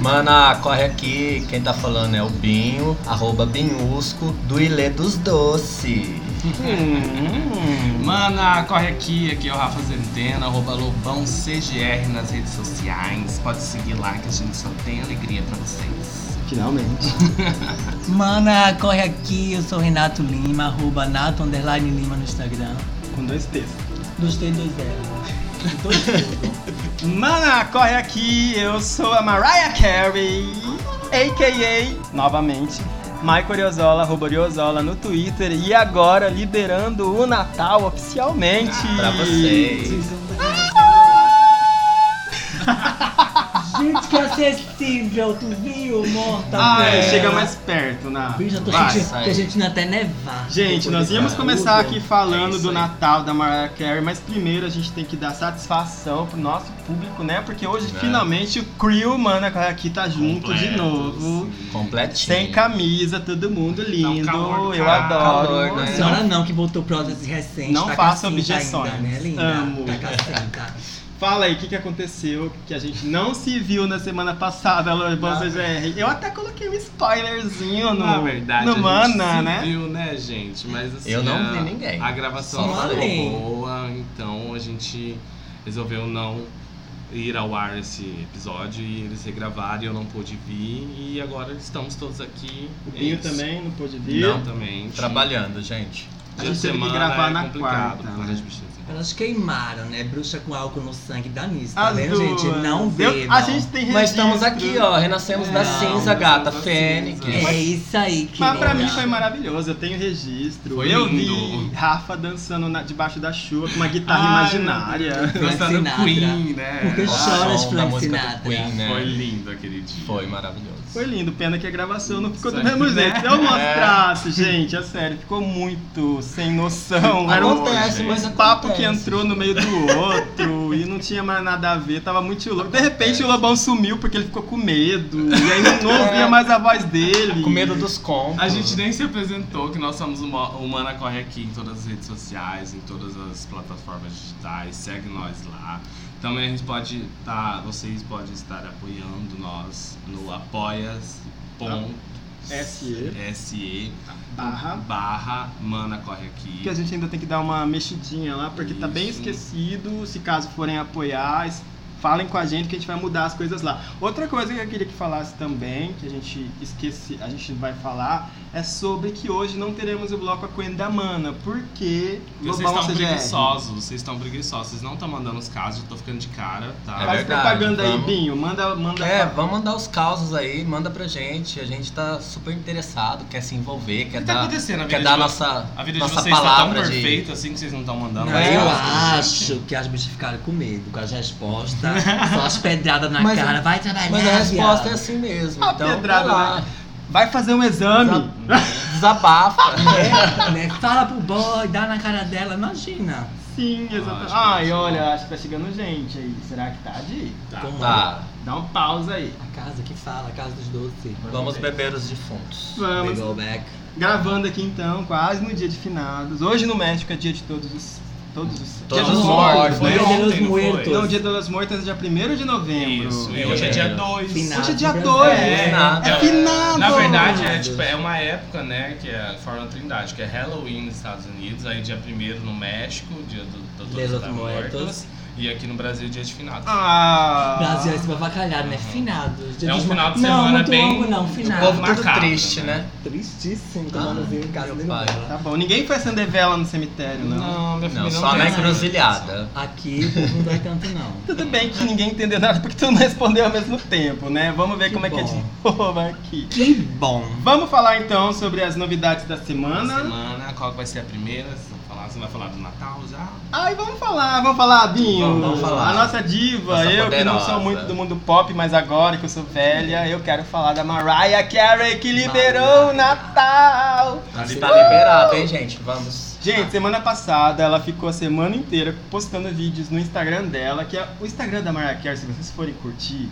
Guaraná, corre aqui. Quem tá falando é o Binho, arroba Binhusco, do Ilê dos Doces. Hum. Mana, corre aqui, aqui é o Rafa Zentena, arroba Lobão CGR nas redes sociais. Pode seguir lá que a gente só tem alegria pra vocês. Finalmente. Mana, corre aqui, eu sou Renato Lima, arroba Nato Underline Lima no Instagram. Com dois T's. Dos T2 L. Dois tudo. Mana, corre aqui, eu sou a Mariah Carey, a.k.a. novamente. Maico Oriozola, arroba Oriozola no Twitter e agora liberando o Natal oficialmente. Pra vocês. Gente, que acessível, tu viu, morta? Ai, velho? Ah, é, chega mais perto, na. Bicho, eu tô Vai, sentindo sai. tô sentindo até nevar. Gente, nós íamos começar aqui falando É isso do aí. Natal da Mariah Carey, mas primeiro a gente tem que dar satisfação pro nosso público, né? Porque hoje Né? finalmente o Crew, mano, aqui tá junto de Completo, novo. Completinho. Sem camisa, todo mundo lindo. calor do eu caralho. adoro. Calor, né? Senhora não, que voltou prótese recente. Não tá faça cacenta objeções. Ainda, né, linda? Amo. Tá cacenta. Fala aí, o que, que aconteceu? Que a gente não se viu na semana passada, Lorbão CGR. Eu até coloquei um spoilerzinho no, Na verdade, no a gente Mana, se né? viu, né, gente? Mas assim, Eu não a, vi ninguém. A gravação Só não olhei. ficou boa, então a gente resolveu não ir ao ar esse episódio e eles regravaram e eu não pude vir e agora estamos todos aqui. É O Binho Eles- também não pôde vir. Não. Exatamente. Trabalhando, gente. A Dia gente de teve que semana gravar é na complicado, quarta, para né? as bichas. Elas queimaram, né? Bruxa com álcool no sangue dá nisso, tá As vendo, duas. gente? Não Eu- bebam. A gente tem registro. Mas estamos aqui, ó. Renascemos da Não, cinza, gata. da Fênix. cinza. É isso aí, que Mas pra mim foi maravilhoso, eu tenho registro. Foi eu lindo. vi Rafa dançando na- debaixo da chuva com uma guitarra Ai, imaginária. Gostando do Sinatra. Tá Queen, né? Porque Nossa, chora som da Frank música Sinatra. do Queen, né? Foi lindo aquele dia. Foi maravilhoso. Foi lindo, pena que a gravação não ficou do Isso aí. mesmo jeito. Se eu É. mostrasse, gente, é sério, ficou muito sem noção. Era um Acontece, mas papo que acontece. entrou no meio do outro e não tinha mais nada a ver, tava muito louco. De repente o Lobão sumiu porque ele ficou com medo. E aí não, não ouvia mais a voz dele. É. Com medo dos contos. A gente nem se apresentou que nós somos o Mo- o Mana Corre aqui em todas as redes sociais, em todas as plataformas digitais, segue nós lá. Também a gente pode estar, vocês podem estar apoiando nós no SE. apoias.se Barra. barra Mana Corre Aqui. que a gente ainda tem que dar uma mexidinha lá, porque tá bem Isso. esquecido. Se caso forem apoiar, es- falem com a gente que a gente vai mudar as coisas lá. Outra coisa que eu queria que falasse também, que a gente esquece, a gente vai falar, é sobre que hoje não teremos o bloco A Queen da Mana, porque Vocês Lobão estão CGR. preguiçosos, vocês estão preguiçosos, vocês não estão mandando os casos, eu tô ficando de cara, tá? É Faz verdade, propaganda aí, vamos. Binho, manda, manda É, pra- vamos mandar os causos aí, manda pra gente. A gente tá super interessado, quer se envolver, O quer que tá dar, acontecendo na vida quer de dar vo- nossa, A vida de nossa vocês tá tão palavra de. perfeita assim que vocês não estão mandando Tá. Não, mais eu casos, gente. acho que as bichas ficaram com medo com as respostas, só as pedradas na Mas- cara. Vai trabalhar, Mas a resposta é viado. assim mesmo. A então, pedrada, vai lá, Vai fazer um exame. desa- desabafa. É, né? Fala pro boy, dá na cara dela, imagina. Sim, Ah, acho exatamente. que Ai, tá olha, chegando. acho que tá chegando gente aí. Será que tá, Di? Como tá, Dá um pausa aí. A casa que fala, a casa dos doces. vamos beber os defuntos. Vamos. We go back. Gravando aqui então, quase no dia de finados. Hoje no México é dia de todos os. Todos os. Todos dia os dos mortos, Foi né? Dia dos ontem, não foi? Muertos. Não, o dia das mortas é dia 1 de novembro. Isso, e Eu hoje é quero. dia 2. Final. Hoje é dia Finado, 2. é. É Finado. finado. Na verdade, é, tipo, é uma época, né, que é fora da Trindade, que é Halloween nos Estados Unidos, aí dia 1 no México, dia do Dia Doutor dos da Muertos. Mortos, e aqui no Brasil, dia de finados. Ah. Brasil é esse bavacalhado, né? Finado. Dia É um dos mo- final de não, semana muito bem- longo, não, O finado. povo tudo Macabro, triste, né? né? Tristíssimo, Ah, tomando em casa meu nem pai. novela. Tá bom, ninguém foi acender vela no cemitério, não. Não, minha família só tem na essa encruzilhada. Aqui o povo não vai tanto, não. Tudo bem que ninguém entendeu nada porque tu não respondeu ao mesmo tempo, né? Vamos ver Que como é que é de novo aqui. Que bom. Vamos falar então sobre as novidades da tradição. semana. Semana, qual que vai ser a primeira? Vocês vão falar, você vai falar do Natal já? Ai, vamos falar, vamos falar, Binho. Vamos, vamos falar. A nossa diva, Nossa eu que não poderosa. sou muito do mundo pop, mas agora que eu sou velha, eu quero falar da Mariah Carey que liberou o Mariah. Natal. Tá liberado, hein, gente? Vamos. Gente, semana passada ela ficou a semana inteira postando vídeos no Instagram dela, que é o Instagram da Mariah Carey, se vocês forem curtir.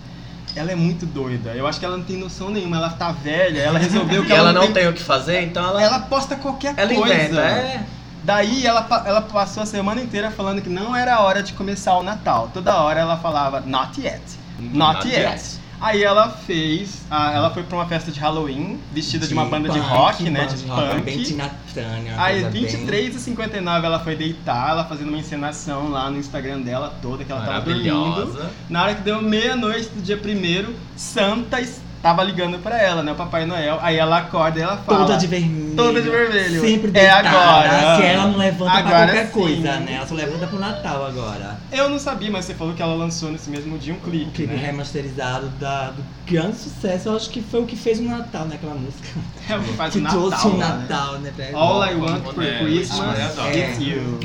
Ela é muito doida. Eu acho que ela não tem noção nenhuma. Ela tá velha, ela resolveu que E ela não tem o que fazer, então ela, Ela posta qualquer ela coisa. inventa. É. Daí ela, pa- ela passou a semana inteira falando que não era a hora de começar o Natal. Toda hora ela falava not yet. Not, Not yet. yet. Aí ela fez, a- ela foi pra uma festa de Halloween, vestida de, uma banda de punk, rock, né? banda De rock, punk. Bem Tina Turner, uma Aí, coisa bem- 23 e 59 ela foi deitar, ela fazendo uma encenação lá no Instagram dela toda, que ela tava dormindo. Maravilhosa. Na hora que deu meia-noite do dia primeiro, Santa estava ligando pra ela, né? O Papai Noel. Aí ela acorda e ela fala. Toda de vermelho. Toda de vermelho. Sempre É deitada. agora. Se ela não levanta pra Agora qualquer sim. coisa, né? Ela só levanta pro Natal agora. Eu não sabia, mas você falou que ela lançou nesse mesmo dia um clipe. O clipe né? remasterizado da, do grande sucesso, eu acho que foi o que fez o Natal, né? Aquela música. É o que faz que o Natal. trouxe lá, o né? Natal, né? pra- All I Want for É, Christmas eu adoro. is you.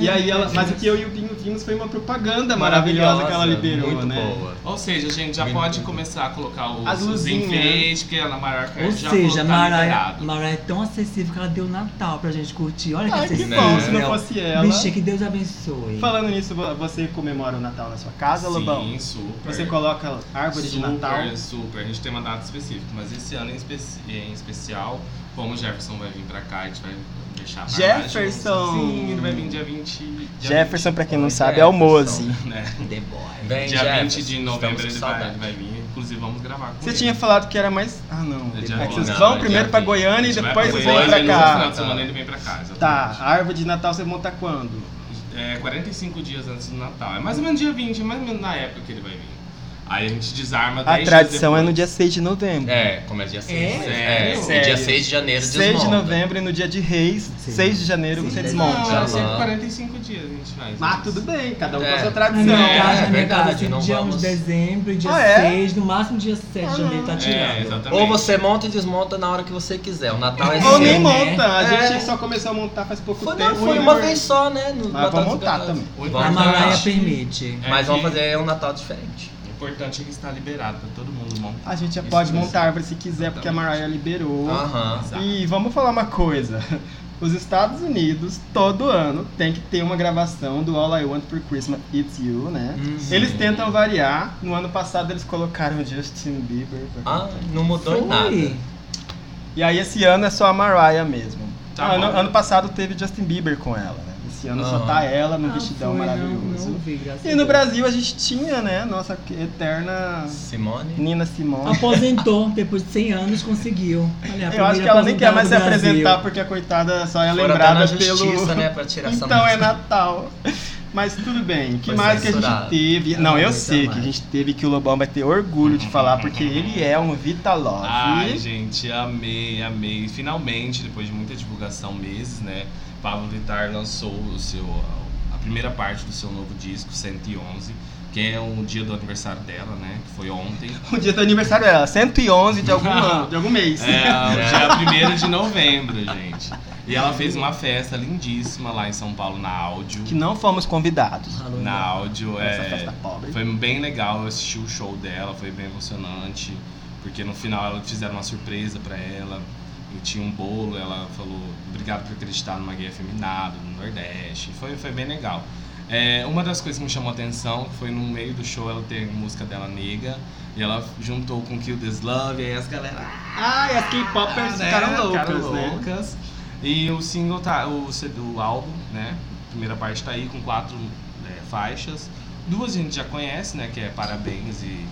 E aí ela, mas o que eu e o Pinho vimos foi uma propaganda maravilhosa que ela liberou, muito né? boa. Ou seja, a gente já Bem pode bonito. começar a colocar os, As os luzinhas. enfeites, porque a Mariah Carey Ou já falou seja, que tá Mara, liberado. Mara é tão acessível que ela deu o Natal pra gente curtir. Olha que Ai, que acessível. bom, se né? não fosse ela. Bicha, que Deus abençoe. Falando nisso, vo- você comemora o Natal na sua casa, Lobão? Sim, super. Você coloca árvore de super, Natal? Super, a gente tem uma data específica, mas esse ano em, especi- em especial, como o Jefferson vai vir pra cá, a gente vai deixar pra Jefferson! Lá junto. Sim, ele vai vir dia 20. dia Jefferson, pra quem não Oi, sabe, é o Jefferson. Mozi. 20, né? The Boy. Vem, Dia Jefferson, 20 de estamos novembro com ele vai, saudade. vai vir. Inclusive, vamos gravar com Você ele. tinha falado que era mais. Ah, não. É dia É que vocês vinte, vão né? primeiro Dia pra 20. Goiânia e A gente vai depois pra vocês Goiânia vêm e pra No final cá. de semana ele vem pra cá, exatamente. Tá, a árvore de Natal você monta quando? É 45 dias antes do Natal. É mais ou menos dia 20, é mais ou menos na época que ele vai vir. Aí a gente desarma 10 A dias tradição é depois. no dia 6 de novembro. É, começa dia 6. É? É, Sério? E dia 6 de janeiro 6 de desmonta. novembro e no dia de Reis, Sim. 6 de janeiro, Sim, você é desmonta. Não, é Aham. sempre 45 dias a gente faz. Mas tudo bem, cada um com a É. sua Na tradição. minha É, casa, na minha verdade, casa, sempre não dia vamos- 1 de dezembro e dia Ah, é? Ah. 6, no máximo dia 7 de janeiro tá É, tirando. exatamente. Ou você monta e desmonta na hora que você quiser. O Natal é Ou seu. nem né? monta, a É. gente só começou a montar faz pouco Foi, tempo. não, foi e uma por- vez só, né? No Mas Natal vamos dos montar Garotos. também. O Vamos a importante- montar. Mariah permite. É Mas vamos que- fazer um Natal diferente. O importante é que está liberado pra todo mundo montar. A gente já Isso pode mesmo. montar a árvore se quiser, porque a Mariah liberou. Aham. E vamos falar uma coisa. Os Estados Unidos, todo ano, tem que ter uma gravação do All I Want for Christmas It's You, né? Uhum. Eles tentam variar. No ano passado eles colocaram Justin Bieber. pra Ah, cantar. não mudou em nada. Foi. E aí esse ano é só a Mariah mesmo. Tá Ah, ano, bom. ano passado teve Justin Bieber com ela, né? Esse ano só Aham. tá ela no Ah, vestidão foi, não, maravilhoso. não vi, graças E a no Deus. Brasil a gente tinha, né? Nossa eterna Simone? Nina Simone. Aposentou, depois de 100 anos conseguiu. Olha, Ah, é a Eu acho primeira que ela nem quer mais se aposentada do Brasil. apresentar porque a coitada só é Foram até na lembrada justiça, pelo. né? Pra tirar essa Então é música. Natal. Mas tudo bem. O que Foi mais que a gente censurado. teve? Não, Ah, eu vai sei dar que a mais. gente teve que o Lobão vai ter orgulho de falar porque ele é um Vitalove. Ai, gente, amei, amei. Finalmente, depois de muita divulgação, meses, né? Pablo Vittar lançou o seu, a primeira parte do seu novo disco, 111, que é o dia do aniversário dela, né? Que foi ontem. O dia do aniversário é dela, 111 de algum ano, de algum mês. É, dia 1 de novembro, gente. E ela fez uma festa lindíssima lá em São Paulo, na áudio. Que não fomos convidados. Falou, Na não. áudio, Essa é. festa tá pobre. Foi bem legal, eu assisti o show dela, foi bem emocionante, porque no final ela fizeram uma surpresa pra ela, e tinha um bolo, ela falou obrigado por acreditar numa gay afeminada no Nordeste, foi, foi bem legal. É, uma das coisas que me chamou a atenção foi no meio do show ela ter música dela nega, e ela juntou com Kill This Love, e aí as galera "Ah, Ai, as K-popers né? ficaram loucas, Ficaram né? loucas. E o single tá. O, CD o álbum, né? A primeira parte tá aí com quatro é, faixas. Duas a gente já conhece, né? Que é Parabéns e.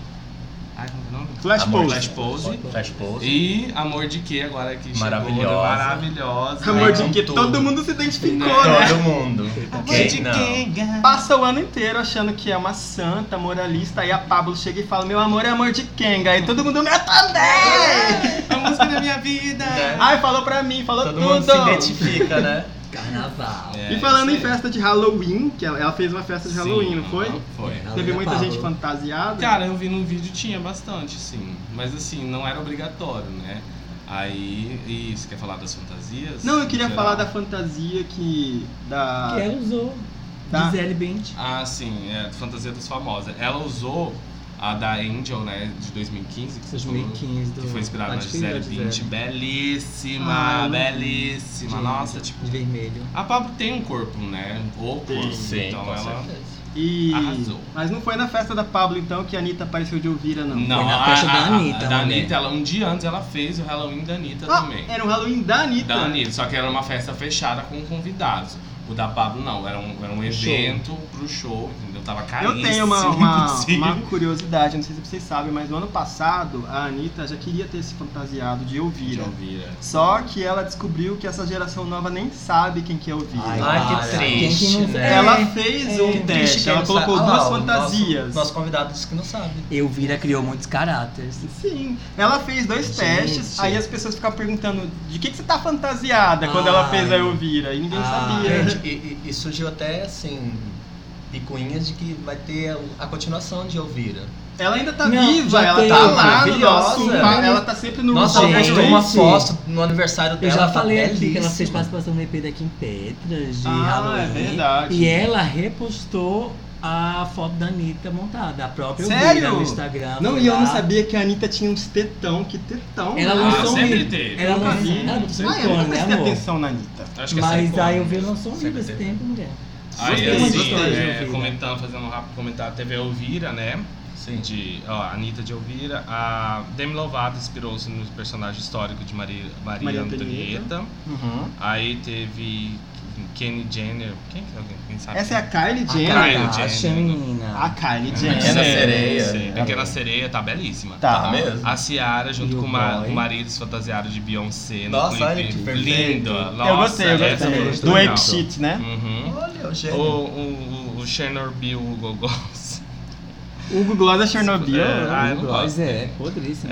Ai, como é o nome? Flash Amor, Pose. Flash Pose. Flash Pose. E Amor de Que agora que chegou, né? Maravilhosa. Maravilhosa. Amor de Então, que tudo. todo mundo se identificou, né? Todo mundo. Amor de Quem não? Que. Passa o ano inteiro achando que é uma santa, moralista, aí a Pablo chega e fala, meu amor é amor de Kenga, aí todo mundo, "Né, tá-" eu também! A música da minha vida. Né? Ai, falou pra mim, falou Todo tudo! mundo se identifica, né? Carnaval. É, E falando em isso aí. festa de Halloween, que ela, ela fez uma festa de Sim, Halloween, não foi? Foi. Teve Halloween muita da gente Pablo. fantasiada. Cara, eu vi num vídeo tinha bastante, sim. Mas assim, não era obrigatório, né? Aí. E você quer falar das fantasias? não, eu queria Em falar geral? da fantasia que. da. Que ela usou. Ah. Tá. Gisele Bint. Ah, sim, é, fantasia dos famosos. Ela usou a da Angel, né? De 2015, que você falou, 2015 do. Que foi inspirada na Acho que é Gisele da Bündchen. Ah, Belíssima, eu não vi. belíssima. Gente. Nossa, tipo. De vermelho. A Pablo tem um corpo, né? O corpo. Sim, então com ela. certeza. E... Arrasou. Mas não foi na festa da Pablo, então, que a Anitta apareceu de Ouvira, não. Não, Foi na a- festa da a- a- Anitta, Da mulher. Anitta, ela, um dia antes ela fez o Halloween da Anitta né, Ah, também. era um Halloween da Anitta. Da Anitta, só que era uma festa fechada com convidados. O da Pablo não, era um, era um Show. evento pro show, entendeu? Tava caríssimo. Eu tenho uma, uma, impossível. uma curiosidade, não sei se vocês sabem, mas no ano passado a Anitta já queria ter se fantasiado de Elvira. Elvira. Só que ela descobriu que essa geração nova nem sabe quem que é Elvira. Ai, Ai, que cara, triste, quem que não- né? ela é, fez é, um Triste teste, quem ela não sabe. colocou Ah lá, duas o nosso- fantasias. Nosso convidado disse que não sabe. Elvira criou muitos caráteres. Sim, ela fez dois Gente. testes, aí as pessoas ficavam perguntando de que, que você tá fantasiada quando ela fez a Ai. Elvira, e ninguém Ai. sabia. Gente, e, e- e surgiu até assim picuinhas de que vai ter a, a continuação de Elvira. Ela ainda tá Não, viva, já ela tem. tá lá no nosso, Maravilhosa. ela tá sempre no Nossa, Gente, ela postou uma Talvez. foto no aniversário Eu dela. já tá falei aqui que ela fez belíssima. participação no EP daqui em Petras, de Ah, Halloween. é verdade. E ela repostou a foto da Anitta montada, a própria Sério? Elvira no Instagram. Não, foi e eu não lá. sabia que a Anitta tinha uns tetão, que tetão. Ela né? Ah, lançou um sempre livro. teve. Ela Nunca lançou vi. ela Sempre lançou um Ah, eu livro, nunca né, prestei amor? atenção na Anitta. Acho que é Mas sempre aí foi. eu vi lançou um livro Sempre esse teve. tempo, mulher. Aí, Gostei, assim, gostei de é, Elvira. comentando, fazendo um rápido comentário, teve a Elvira, né? Sim. De, ó, a Anitta de Elvira. A Demi Lovato inspirou-se no personagem histórico de Maria, Maria, Maria Antonieta. Antonieta. Uhum. Aí teve Kenny Jenner. Quem que é alguém? Quem sabe? Essa é a Kylie É, Jenner. Kylie. cara. Ah, Acha, Jenner. menina. A Kylie Pequena Jenner. Pequena Sereia. Sim, Pequena Sereia tá belíssima. Tá. Tá mesmo? A Ciara, junto E o com, ma- boy. com o marido se fantasiaram de Beyoncé no Nossa, olha clipe. que perfeito. Lindo. Eu gostei, eu Nossa, essa foi gostei. muito Do legal. Ape Shit, né? Uhum. Olha, o O, gênio. o, o, o Chernobyl Gogols Hugo Gloss da Chernobyl. É, ah, eu não Pois gosto. é, podríssimo.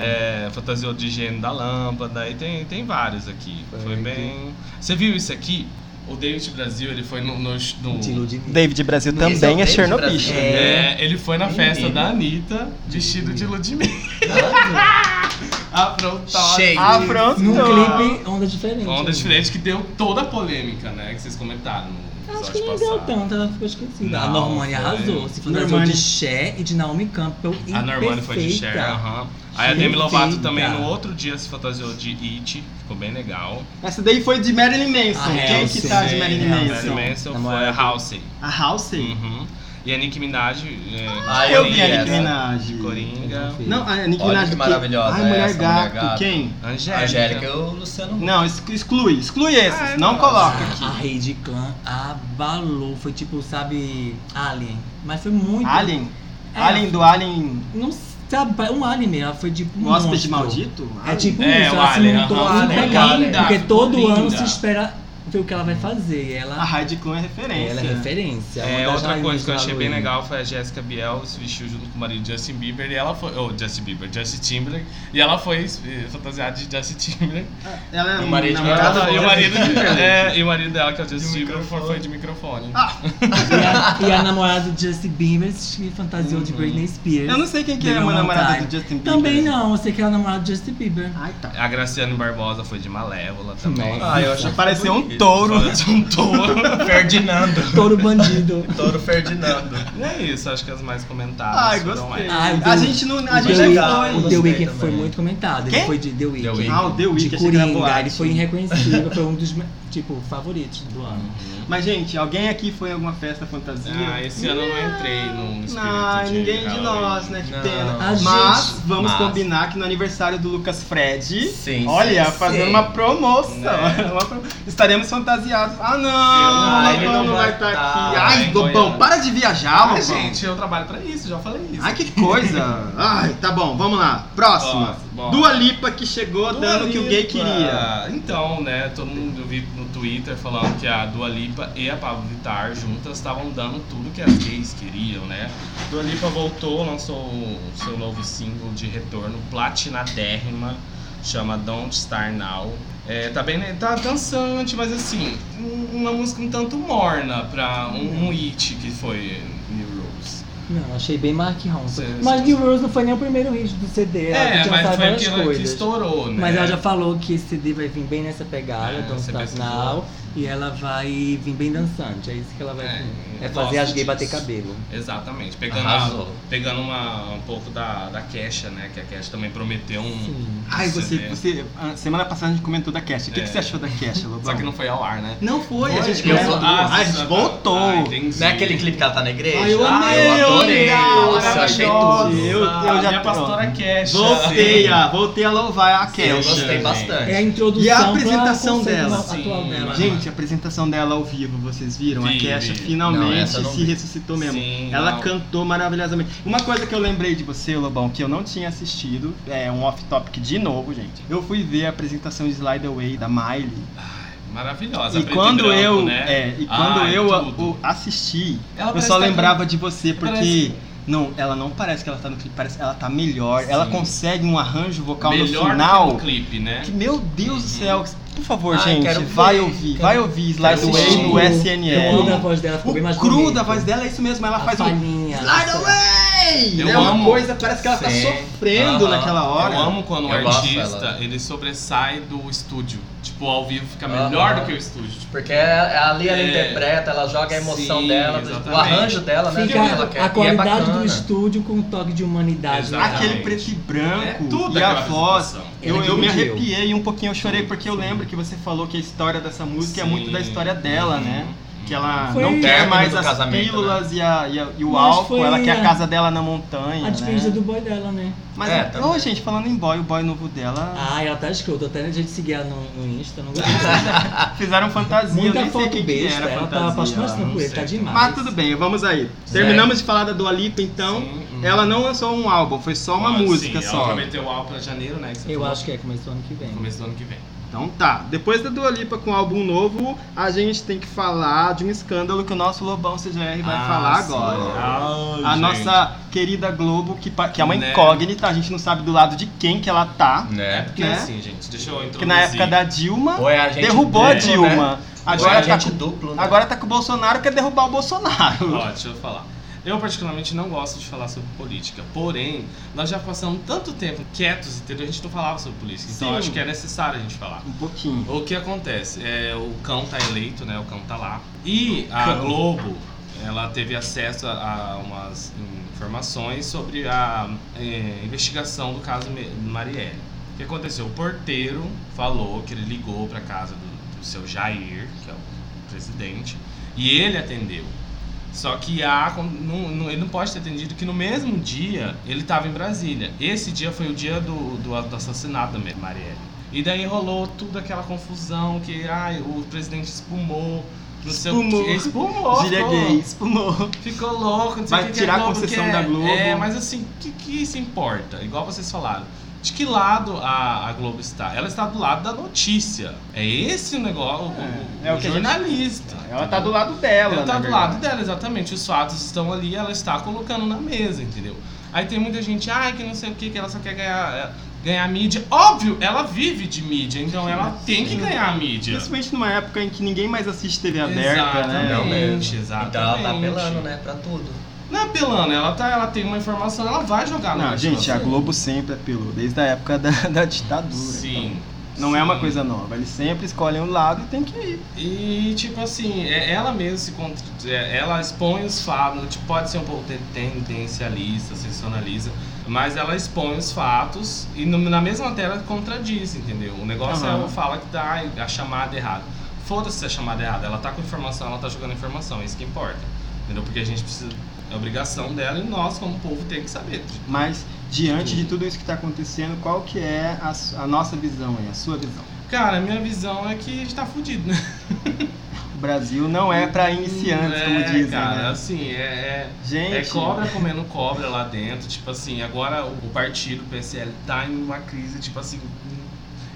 é, fantasiou de gênio da lâmpada. E tem, tem vários aqui. Foi, Foi bem... Você viu isso aqui? O David Brasil, ele foi no... no, no- De Ludmilla. David Brasil Esse é o também é David Chernobyl. Brasil. É, ele foi na Menino. festa da Anitta, vestido de Ludmilla. Ah, tá Afrontosa. Cheio. Afronto. Num clipe, onda diferente. Onda amiga. diferente que deu toda a polêmica, né? Que vocês comentaram no Acho episódio que nem deu passado. tanto, ela ficou esquecida. a Não, foi. Normani arrasou, se fantasiou Normani. de Cher e de Naomi Campbell e A Normani foi de Cher, aham. Aí a Demi Lovato Perfeita. também no outro dia se fantasiou de It, ficou bem legal. Essa daí foi de Marilyn Manson. Ah, Quem Halsey. que tá de Sim, Marilyn Halsey. Manson? Marilyn Manson foi Namorada. a Halsey. A Halsey? Uhum. E a Nicki Minaj. é, Ah, de eu vi a Coringa, Nicki Minaj. De Coringa. Não, a Nicki Olha Minaj. que quem? maravilhosa Ai, mulher, essa, mulher gato. gato. Quem? Angélica. Angélica e o Luciano Huck. Não, es- exclui. Exclui esses. Ah, é não nossa. coloca aqui. A Rede Clã abalou, foi tipo, sabe, Alien. Mas foi muito. Alien? É. Alien do Alien. Não sabe, um Alien mesmo, ela foi tipo. Um O hóspede monstro. maldito? É tipo É, isso, o ela se Alien, montou aham, um Alien, pregão, Alien. Porque Linda, todo ficou ano linda. se espera ver o que ela vai fazer. E ela, A Heidi Klum é referência. ela é referência. uma É, das outra rainhas coisa que eu da achei bem Halloween. legal foi a Jessica Biel se vestiu junto com o marido Justin Bieber e ela foi. Ou Justin Bieber, Justin Timberlake. E ela foi eh, fantasiada de Justin Timberlake. Ah, Ela é E o marido dela- namorada e, do o Justin marido, Timberlake. é, e o marido dela, que é o Justin De Bieber, foi, microfone. foi de microfone. Ah, E a, e a namorada do Justin Bieber se fantasiou de Britney Spears. Uhum. eu não sei quem que é Deu a uma namorada vontade. do Justin Bieber. um Também não, eu sei que ela é namorada do Justin Bieber. Ai, tá. A Graciane Barbosa foi de Malévola também. Nossa. Ah, eu achei Pareceu um bonito. touro. Foi de um touro. Ferdinando. Touro bandido. Touro Ferdinando. E é isso, acho que as mais comentadas. Ai, foram gostei. essas. Ah, o a The- gente não. A o achei gente The Week- legal, já O foi. The gostei Weeknd também. foi muito comentado. Ele Quem? foi de The Weeknd. Weeknd. Ah, o The De Weeknd, achei que era Coringa. Ele boate. foi irreconhecível. foi um dos, tipo, favoritos do ano. Mas, gente, alguém aqui foi em alguma festa fantasia? Ah, esse ano eu não entrei no espírito Não, é de ninguém de Halloween. nós, né? Que Não. pena. A gente- mas vamos Mas- combinar que no aniversário do Lucas Fred. Sim, Olha, sim, fazendo sim. uma promoção. Né? Uma pro- Estaremos fantasiados. Ah, Ah, não! ele o Lobão não não vai vai estar tá. aqui. Vai Ai, em Lobão, Goiânia. para de viajar, Ah, Lobão. gente, eu trabalho pra isso, já falei isso. Ai, que coisa. Ai, tá bom, vamos lá. Próxima. Próximo, bora. Dua Lipa que chegou Dua dando o que o gay Lipa. queria. Então, né, todo mundo eu vi no Twitter falando que a Dua Lipa e a Pablo Vittar juntas estavam dando tudo que as gays queriam, né? Dua Lipa voltou, lançou o seu novo single de retorno, platinadérrima, chama Don't Star Now. É, tá bem, né, tá dançante, mas assim, um- uma música um tanto morna pra um, um hit que foi New Rose. Não, achei bem Mark Ronson. Sim, Mas sim, New sim. Rose não foi nem o primeiro hit do CD. ela É, tinha mas foi lançado várias aquilo que coisas. estourou, né? Mas ela já falou que esse CD vai vir bem nessa pegada, É, Don't você Stop pesquisou. Now, e ela vai vir bem dançante. É isso que ela vai É, fazer. É eu fazer gosto as gays disso. bater cabelo. Exatamente. Pegando, Arrasou. a- pegando uma, um pouco da, da Kesha, né? Que a Kesha também prometeu um. Sim. Ai, você, CD. você. a Semana passada a gente comentou da Cash. O que, É. que você achou da Cash, Lobão? Só que não foi ao ar, né? Não foi, a gente Eu comentou. vou- ah, Ah, a gente voltou. Ah, entendi. Não é aquele clipe que ela tá na igreja? Ai, eu amei, Ah, eu eu adorei. Nossa, eu achei tudo. Eu- eu já Ah, minha tô. pastora Cash. Voltei a, voltei a louvar a Kesha. Eu gostei bastante. É a introdução E a pra apresentação conceito dela. atual Sim, dela. Gente, a apresentação dela ao vivo, vocês viram? Vi, a Kesha vi. Não, finalmente essa eu não se vi. ressuscitou mesmo. Sim, Ela não. cantou maravilhosamente. Uma coisa que eu lembrei de você, Lobão, que eu não tinha assistido, é um off-topic de novo, gente. Eu fui ver a apresentação de Slide Away da Miley. Maravilhosa. E preto quando branco, eu, Né? é, e quando Ai, eu a- tudo. o- assisti, Ela eu parece só que tá lembrava de você porque parece- não, ela não parece que ela tá no clipe, parece que ela tá melhor. Sim. Ela consegue um arranjo vocal Melhor no final. Que no clipe, Uhum. né? Que, meu Deus do céu, por favor, Ah, Ai, gente, quero vai ver, ouvir, quero- vai ouvir Slide quero Away assistir. no O cru da SNL. voz dela ficou bem mais O cru bonito. da voz dela é isso mesmo, ela A faz um falinha, Slide nossa. Away! Ah, Eu é uma amo. coisa, parece que ela tá Sim. sofrendo Aham. naquela hora. Eu amo quando o Eu gosto artista dela. ele sobressai do estúdio. Tipo, ao vivo fica Aham. melhor do que o estúdio. Tipo, Porque ali ela É. interpreta, ela joga a emoção Sim, dela, exatamente. o arranjo dela, né? Fica do que ela quer. a qualidade e é do bacana. estúdio com um toque de humanidade. Exato. né? Aquele Exatamente. preto e é branco tudo e a aquela voz. apresentação. Eu, Ela eu me dividiu. arrepiei um pouquinho, eu chorei porque eu lembro que você falou que a história dessa música é muito da Sim. história dela, né? Que ela Foi- um não quer Uhum, Término mais do as casamento, né? pílulas e, a- e a- e o Mas álcool, foi ela quer a a- casa dela na montanha. A despedida né? do boy dela, né? Mas, É, também. ô, gente, falando em boy, o boy novo dela. Ah, ela tá escrota. Até a gente seguir ela no, no Insta, não gostei. Fizeram fantasia, eu Ah, Muita nem sei foto quem que besta. era Ela tá fantasia. apaixonada não por ele, sei tá também. demais. Mas tudo bem, vamos aí. Terminamos de falar da Dua Lipa, então. Sim, hum. Ela não lançou um álbum, foi só uma Ah, música sim, Ela só. prometeu o álbum pra janeiro, né? que você Eu falou. acho que é começo do ano que vem. Começo do ano que vem. Então tá, depois da Dua Lipa com o álbum novo, a gente tem que falar de um escândalo que o nosso Lobão CGR vai Ah, falar sim. agora. Ah, a gente. nossa querida Globo, que, pa- que é uma Né? incógnita, a gente não sabe do lado de quem que ela tá. Né? Porque né? assim, gente, deixa eu introduzir. Porque na época da Dilma, Ou é a gente derrubou a duplo, né? Ou Dilma. é Agora, a tá gente com, duplo, né? agora tá com o Bolsonaro, quer derrubar o Bolsonaro. Ó, deixa eu falar. Eu particularmente não gosto de falar sobre política, porém, nós já passamos tanto tempo quietos, entendeu? A gente não falava sobre política, então Sim. acho que é necessário a gente falar. Um pouquinho. O que acontece? É, o cão tá eleito, né? O cão tá lá. E a Cão. Globo, ela teve acesso a, a umas informações sobre a é, investigação do caso Me- Marielle. O que aconteceu? O porteiro falou que ele ligou pra casa do, do seu Jair, que é o presidente, e ele atendeu. Só que a, não, não- ele não pode ter atendido que no mesmo dia ele estava em Brasília. Esse dia foi o dia do, do, do assassinato da Marielle. E daí rolou tudo aquela confusão que ai, o presidente espumou, não sei Espumou. o que. Espumou. Gíria ficou- gay, espumou. Ficou louco, não sei Vai o que que tirar a Globo concessão quer. da Globo. É, mas assim, o que, que isso importa? Igual vocês falaram. De que lado a, a Globo está? Ela está do lado da notícia. É esse o negócio, É, o, é o o que a gente- jornalista. Ela tá do lado dela, Ela na tá do verdade. lado dela, exatamente. Os fatos estão ali, ela está colocando na mesa, entendeu? Aí tem muita gente, ai, que não sei o que, que ela só quer ganhar, eh, ganhar mídia. Óbvio, ela vive de mídia, então ela tem que ganhar mídia. Principalmente numa época em que ninguém mais assiste TV aberta, né? Não Exatamente, mesmo. exatamente. Então ela tá apelando, né? Pra tudo. Não é apelando, ela, tá, ela tem uma informação, ela vai jogar no Não, gente, a ventilador. Globo sempre apelou, desde a época da, da ditadura. Sim. então. Não é uma sim. coisa nova, eles sempre escolhem um lado e tem que ir. E, tipo assim, é- ela mesma se contra... é, ela expõe os fatos, tipo, pode ser um pouco ten- tendencialista, sensacionalista, mas ela expõe os fatos e no- na mesma tela contradiz, entendeu? O negócio Aham. é ela fala que tá a chamada errada. Foda-se a chamada errada, ela tá com informação, ela tá jogando informação, é isso que importa. Entendeu? Porque a gente precisa. É obrigação dela e nós, como povo, tem que saber. Mas, diante de tudo isso que tá acontecendo, qual que é a, su- a nossa visão aí, a sua visão? Cara, a minha visão é que a gente tá fudido, né? O Brasil não é pra iniciantes, como É, dizem, cara, né? assim, é- é... Gente, É cobra comendo cobra lá dentro, tipo assim, agora o partido, o PSL, tá em uma crise, tipo assim,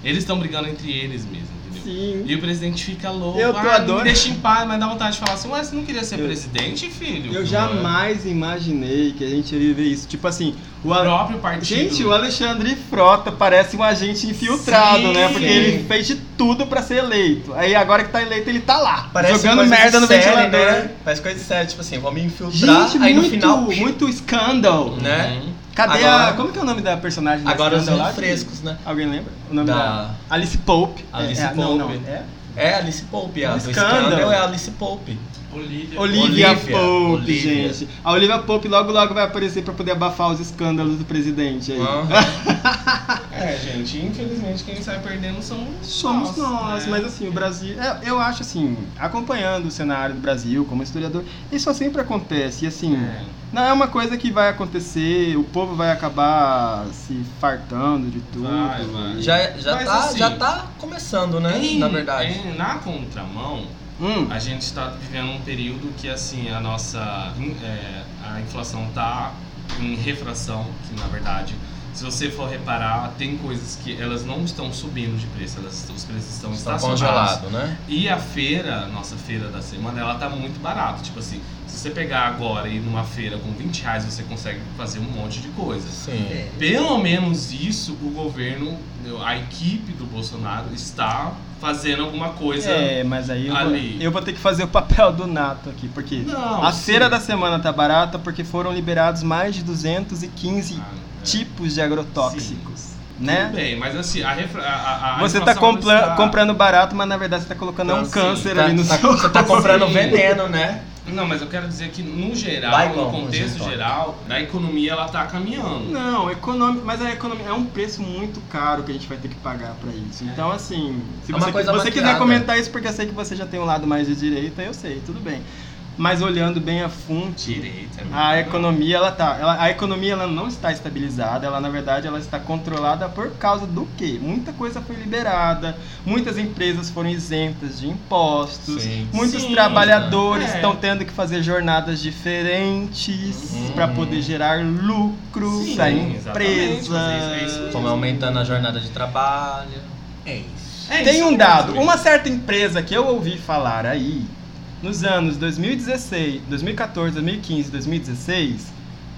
eles estão brigando entre eles mesmo, entendeu? sim. E o presidente fica louco, Eu tô ah, adorando." me deixa em paz, mas dá vontade de falar assim, ué, você não queria ser Eu- presidente, filho? Eu jamais imaginei que a gente ia viver isso. Tipo assim, o, O Ale- próprio partido. Gente, o Alexandre Frota parece um agente infiltrado, Sim. né? Porque ele fez de tudo pra ser eleito. Aí agora que tá eleito, ele tá lá, jogando coisa de merda no série, ventilador. Né? Parece coisa de série, tipo assim, vou me infiltrar, Gente, aí muito, no final... muito escândalo. Uhum. né? Cadê a. Agora- Como que é o nome da personagem da Agora os Scandal lá? refrescos, né? Alguém lembra? O nome Da- da. Alice Pope. Alice é, é, Não, não. Pope. É? É Alice Pope, a do Escândalo. escândalo é Alice Pope. Olivia. Olivia, Olivia, Pope, Olivia. gente. A Olivia Pope logo logo vai aparecer pra poder abafar os escândalos do presidente aí. Aham. é, gente, infelizmente quem sai perdendo são Somos nós, né? mas assim, o Brasil. é, eu acho assim, acompanhando o cenário do Brasil como historiador, isso sempre acontece. E assim, É. não é uma coisa que vai acontecer, o povo vai acabar se fartando de tudo. Vai, vai. Já, já, Mas tá, assim- já tá começando, né? Em- Na verdade. em- é, na contramão, Hum, a gente está vivendo um período que assim a nossa in- é, a inflação está em refração, que na verdade, se você for reparar, tem coisas que elas não estão subindo de preço, elas, os preços estão Está estacionados. Tá congelado, né? E a feira, nossa feira da semana, ela tá muito barata. Tipo assim, se você pegar agora e ir numa feira com 20 reais, você consegue fazer um monte de coisas. Sim. Pelo menos isso o governo, a equipe do Bolsonaro está fazendo alguma coisa. é, mas aí eu vou, Ali. eu vou ter que fazer o papel do Nato aqui, porque Não, a sim. feira da semana tá barata porque foram liberados mais de 215 Ah, é. tipos de agrotóxicos, Sim. né? Tudo bem, mas assim, a, refra- a, a- a Você tá inflação compla- está- comprando barato, mas na verdade você tá colocando Então, um assim, câncer Tá- ali no tá- seu você tá comprando Sim. veneno, né? Não, mas eu quero dizer que no geral, Vai no como, contexto gente, olha. geral, da economia ela tá caminhando. Não, econômico, mas a economia é um preço muito caro que a gente vai ter que pagar pra isso. Então, assim, se É uma você, coisa você quiser maquiada. comentar isso, porque eu sei que você já tem um lado mais de direita, eu sei, tudo bem. Mas olhando bem a fonte, Direita. a né? economia ela tá, ela- a economia ela não está estabilizada, ela na verdade ela está controlada por causa do quê? Muita coisa foi liberada, muitas empresas foram isentas de impostos. Sim. Muitos Sim, trabalhadores é. estão tendo que fazer jornadas diferentes Uhum. para poder gerar lucro Hum. Sim, para a exatamente, empresa. mas é isso- é isso mesmo. Como aumentando a jornada de trabalho. É isso. É Tem isso um mesmo, dado, gente. uma certa empresa que eu ouvi falar aí, nos anos 2016, 2014, 2015, 2016,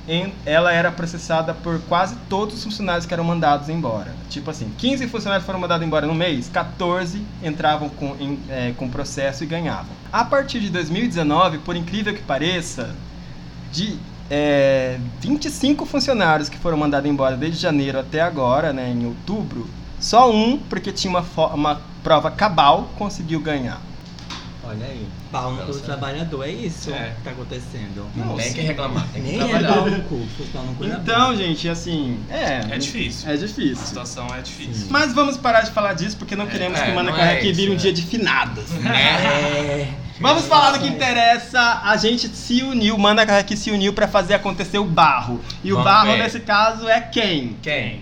em- ela era processada por quase todos os funcionários que eram mandados embora. Tipo assim, 15 funcionários foram mandados embora no mês, 14 entravam com, em- é, com processo e ganhavam. A partir de 2019, por incrível que pareça, de é, 25 funcionários que foram mandados embora desde janeiro até agora, né, em outubro, só um, porque tinha uma, fo- uma prova cabal, conseguiu ganhar. Olha aí. Pau no Nossa. cu do trabalhador, é isso É. que tá acontecendo. Não tem que reclamar, tem que Nem é trabalhar. pau no cu, foi pau no um cu da Então, gente, assim, é, É difícil. é A difícil. situação é difícil. Mas vamos parar de falar disso, porque não queremos Tá é, que o Mana não Corre é aqui vire isso, um é. dia de finadas. É. Né? Vamos falar do que é. interessa. A gente se uniu, o Mana Corre aqui se uniu pra fazer acontecer o barro. E o Vamos barro, ver. nesse caso, é quem? Quem?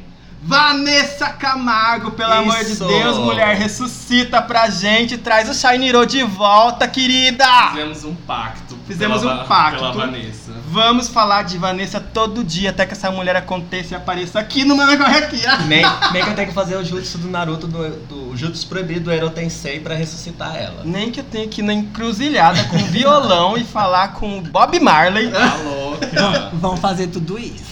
Vanessa Camargo, pelo amor de Isso. Deus, mulher, ressuscita pra gente, traz o Shiny de volta, querida! Fizemos um pacto. Ah! Fizemos pela, um Va- pacto. Pela Vanessa. Vamos falar de Vanessa todo dia, até que essa mulher aconteça e apareça aqui no Mano Corre Aqui. Nem, nem que eu tenha que fazer o jutsu do Naruto, do, do jutsu proibido do Ero Tensei pra ressuscitar ela. Nem que eu tenha que ir na encruzilhada com um violão e falar com o Bob Marley. Tá louca. Vão fazer tudo isso.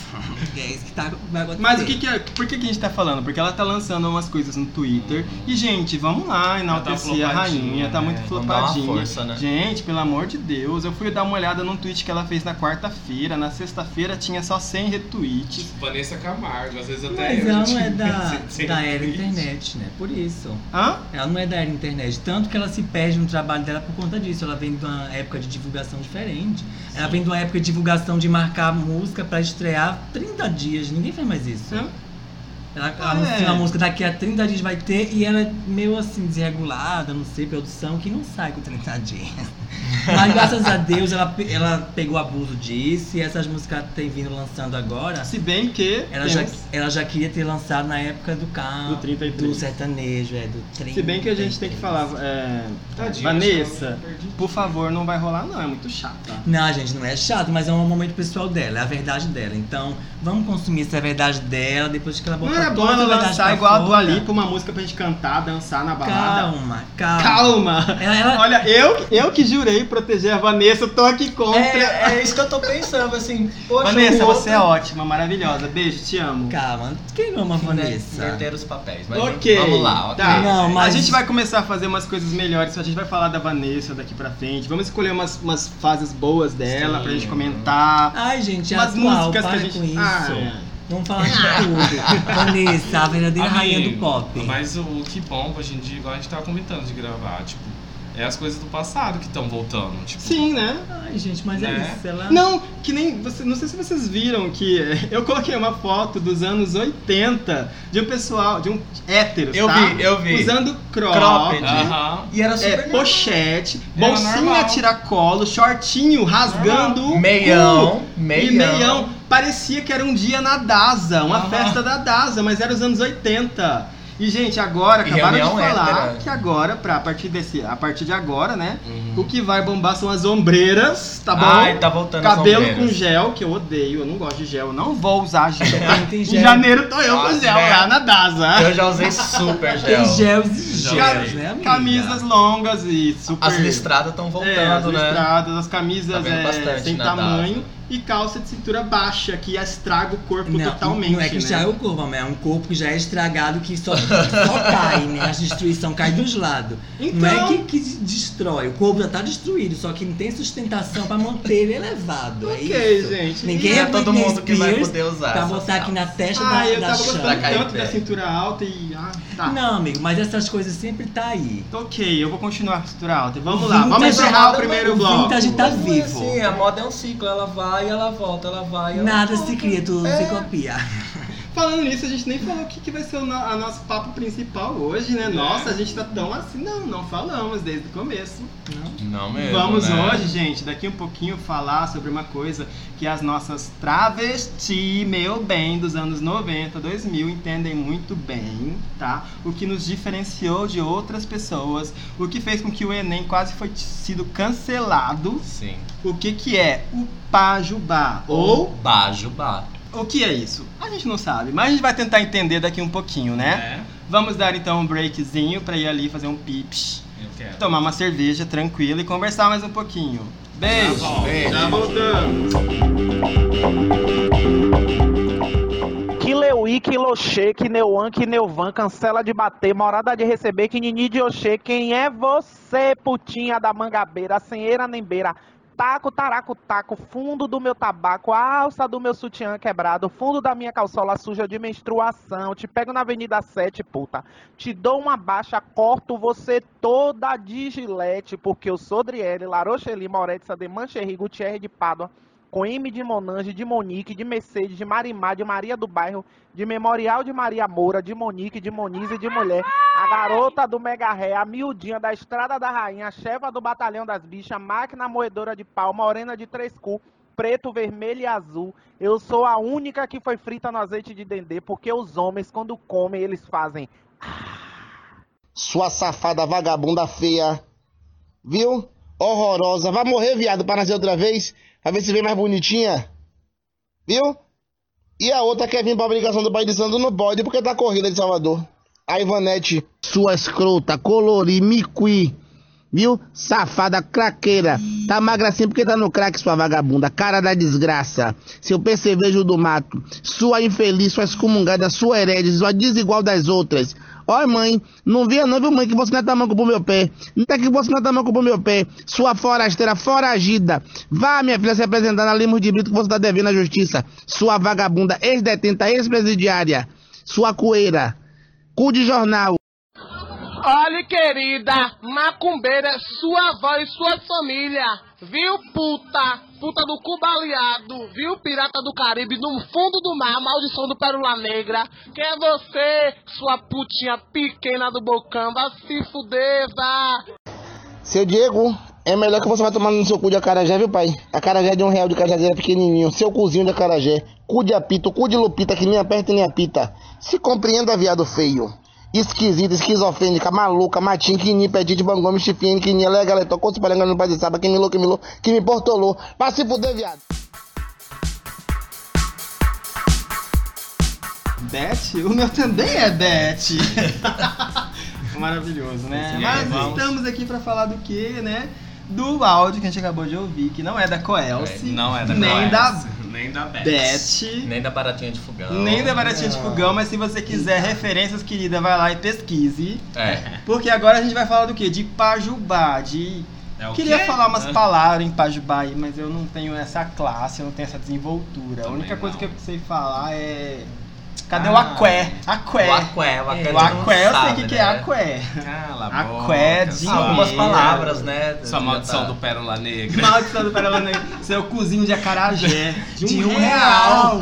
É isso que tá, vai acontecer. Mas o que que é, por que, que a gente tá falando? Porque ela tá lançando umas coisas no Twitter. E, gente, vamos lá enaltecer a Ela tá rainha, tá flopadinha, Vamos dar né? muito uma flopadinha. força, né? Gente, pelo amor de Deus, eu fui dar uma olhada num tweet que ela fez na quarta-feira. Na sexta-feira tinha só 100 retweets. Vanessa Camargo, às vezes até Mas eu. ela não gente, é da, sem- sem da era limite. internet, né? Por isso. Hã? Ela não é da era internet. Tanto que ela se perde no trabalho dela por conta disso. Ela vem de uma época de divulgação diferente. Ela vem de uma época de divulgação de marcar música pra estrear 30 dias. Ninguém faz mais isso. Hã? Ela, Ah, a, música, é. a música daqui a 30 dias vai ter e ela é meio assim desregulada, não sei, produção, que não sai com 30 dias. Mas graças a Deus ela, pe- ela pegou abuso disso e essas músicas que tem vindo lançando agora. Se bem que. Ela já, temos- ela já queria ter lançado na época do carro. Do 33. Do sertanejo, é, do 30. Se bem que a gente tem que falar. é, Tadinha, né? Vanessa, acho que eu perdi. por favor, não vai rolar, não. É muito chato. tá? Não, gente, não é chato, mas é um momento pessoal dela, é a verdade dela. Então, vamos consumir essa verdade dela depois que ela Não botar era bom ela toda essa verdade lançar pra igual a Dua fora. Lipa uma música pra gente cantar, dançar na balada. Calma, calma. Calma! Ela, ela- Olha, eu, eu que jurei proteger a Vanessa, eu tô aqui contra. É, é isso que eu tô pensando, assim. Poxa, Vanessa, o outro- você é ótima, maravilhosa. Beijo, te amo. Calma, quem ama a né? Vanessa? Inverter os né, papéis, mas Ok. vamos lá, ok. Tá. Não, mas- A gente vai começar a fazer umas coisas melhores. A gente vai falar da Vanessa daqui pra frente. Vamos escolher umas, umas fases boas dela Sim. pra gente comentar. Ai, gente, é umas atual, músicas que para a gente. com isso. Ah, é. Vamos falar de tudo. Vanessa, a verdadeira rainha Amigo, do pop. Mas o que bom pra gente, igual a gente tava comentando de gravar, tipo, É as coisas do passado que estão voltando, tipo. Sim, né? Ai, gente, mas Né? é isso. Ela... Não, que nem. Você, não sei se vocês viram que eu coloquei uma foto dos anos 80 de um pessoal, de um hétero, Eu tá? vi, eu vi. Usando crop, Cropped. Aham. E era é, super normal. pochete, Era bolsinha normal. tiracolo, shortinho rasgando o cu. Meião, E meião. meião. Parecia que era um dia na DASA, uma Aham. festa da DASA, mas era os anos 80. E, gente, agora, E acabaram de reunião falar hétera. que agora, pra, a, partir desse, a partir de agora, né? Uhum. O que vai bombar são as ombreiras, tá bom? Ai, tá voltando as Cabelo com ombreiras. gel, que eu odeio, eu não gosto de gel, eu não vou usar gel. Tem- tem em gel. janeiro tô eu com Nossa, gel né? lá na DASA. Eu já usei super gel. Tem gels e Já gels, usei. né, amiga? Camisas longas e super. As listradas estão voltando, É, as né? listradas, as camisas Tá vendo é, bastante sem na tamanho Dasa. e calça de cintura baixa, que estraga o corpo Não, totalmente. não é que né? estraga o corpo, mas é um corpo que já é estragado que só, só cai, né? A destruição cai dos lados. Então, Não é que, que destrói, o corpo já tá destruído, só que não tem sustentação pra manter ele elevado. é ok, isso. gente. Ninguém Não é é todo Britney mundo que vai Spears poder usar. Pra essas botar aqui na calças. testa Ah, eu da, tava da gostando Pra cair tanto da perto. cintura alta e. Ah, tá. Então, Não, amigo, mas essas coisas sempre tá aí. Ok, eu vou continuar com a cintura alta. Vamos O lá, vamos vintage- é encerrar o primeiro o bloco. vintage tá vivo. assim, Sim, a moda é um ciclo, ela vai, ela volta, ela vai. Ela Nada volta. se cria, tudo É. se copia. Falando nisso, a gente nem falou o que, que vai ser o no- a nosso papo principal hoje, né? Nossa, a gente tá tão assim. Não, não falamos desde o começo. Não? É, Não mesmo. Vamos né? hoje, gente, daqui um pouquinho falar sobre uma coisa que as nossas travesti, meu bem, dos anos 90, 2000 entendem muito bem, tá? O que nos diferenciou de outras pessoas, o que fez com que o Enem quase foi sido cancelado. Sim. O que que é o pajubá? Ou Bajubá. o que é isso? A gente não sabe, mas a gente vai tentar entender daqui um pouquinho, né? É, Vamos dar então um breakzinho pra ir ali fazer um pips eu quero. tomar uma cerveja tranquila e conversar mais um pouquinho. Beijo! Tá bom. Beijo. Já voltamos! Que Leuí, que Loxê, que Neuan, que Neuvan, cancela de bater, morada de receber, que Nini de Oxê, quem é você, putinha da mangabeira, senheira nem beira, taco, taraco, taco, fundo do meu tabaco, alça do meu sutiã quebrado, fundo da minha calçola suja de menstruação, te pego na Avenida 7, puta, te dou uma baixa, corto você toda de gilete, porque eu sou Driele, Larocheli, Moretza, Demancherri, Gutierrez de Pádua, com M de Monange, de Monique, de Mercedes, de Marimar, de Maria do Bairro, de Memorial de Maria Moura, de Monique, de Monize e de Mulher, a garota do Mega Ré, a miudinha da Estrada da Rainha, a chefa do Batalhão das Bichas, máquina moedora de pau, morena de três cu, preto, vermelho e azul. Eu sou a única que foi frita no azeite de dendê, porque os homens, quando comem, eles fazem Sua safada vagabunda feia. Viu? Horrorosa. Vai morrer, viado, pra nascer outra vez. Pra ver se vem mais bonitinha. Viu? E a outra quer vir pra obrigação do Pai de Santo no bode porque tá corrida de Salvador. A Ivanete. Sua escrota, colori, miqui. Viu? Safada, craqueira. Tá magra assim porque tá no crack, sua vagabunda. Cara da desgraça. Seu percevejo do mato. Sua infeliz, sua excomungada, sua herede, sua desigual das outras. Ó, mãe, não via não, viu, mãe, que você não é tamanco pro meu pé. Não tá que você não é tamanco pro meu pé. Sua forasteira, foragida. Vá, minha filha, se apresentar na Lemos de Brito que você tá devendo à justiça. Sua vagabunda, ex-detenta, ex-presidiária. Sua coeira. Cu de jornal. Olha, querida, macumbeira, é sua avó e sua família, viu, puta? Puta do cu baleado, viu, pirata do Caribe, no fundo do mar, maldição do Pérola Negra. Quem é você, sua putinha pequena do bocão? Vá se fuder, vá! Seu Diego, é melhor que você vai tomar no seu cu de acarajé, viu, pai? Acarajé de um real de cajazeira pequenininho. Seu cozinho de acarajé. Cu de apito, cu de lupita que nem aperta e nem apita. Se compreenda, viado feio. Esquisita, esquizofrênica, maluca, matinho, quini, pedite, bangome, chifrinho, quini, lega, letó, coço, palanga, no pai de saba, que milou, que milou, que me portolou. Pra se fuder, viado. Beth? O meu também é Beth! Maravilhoso, né? Sim, é, Mas vamos. estamos aqui pra falar do que, né? Do áudio que a gente acabou de ouvir, que não é da Coelce, Não é da nem Coelce, da Nem da Beth. Beth, Nem da baratinha de fogão. nem da Baratinha de Fogão, mas se você quiser referências, querida, vai lá e pesquise. É. Porque agora a gente vai falar do quê? De Pajubá, de É o Queria quê? falar umas Ah. palavras em Pajubá aí, mas eu não tenho essa classe, eu não tenho essa desenvoltura. a Também única coisa não. que eu sei falar é Cadê o aqué? Aqué. O aqué, o aqué. O todo mundo aqué, eu sei o sabe, que, que é né? aqué. Cala a boca. Aquedinho. sua- Algumas palavras, né? Ah, Sua Já maldição tá- do Pérola Negra. Maldição do Paraná. tá Seu cozinho de acarajé. De um, De um real. real.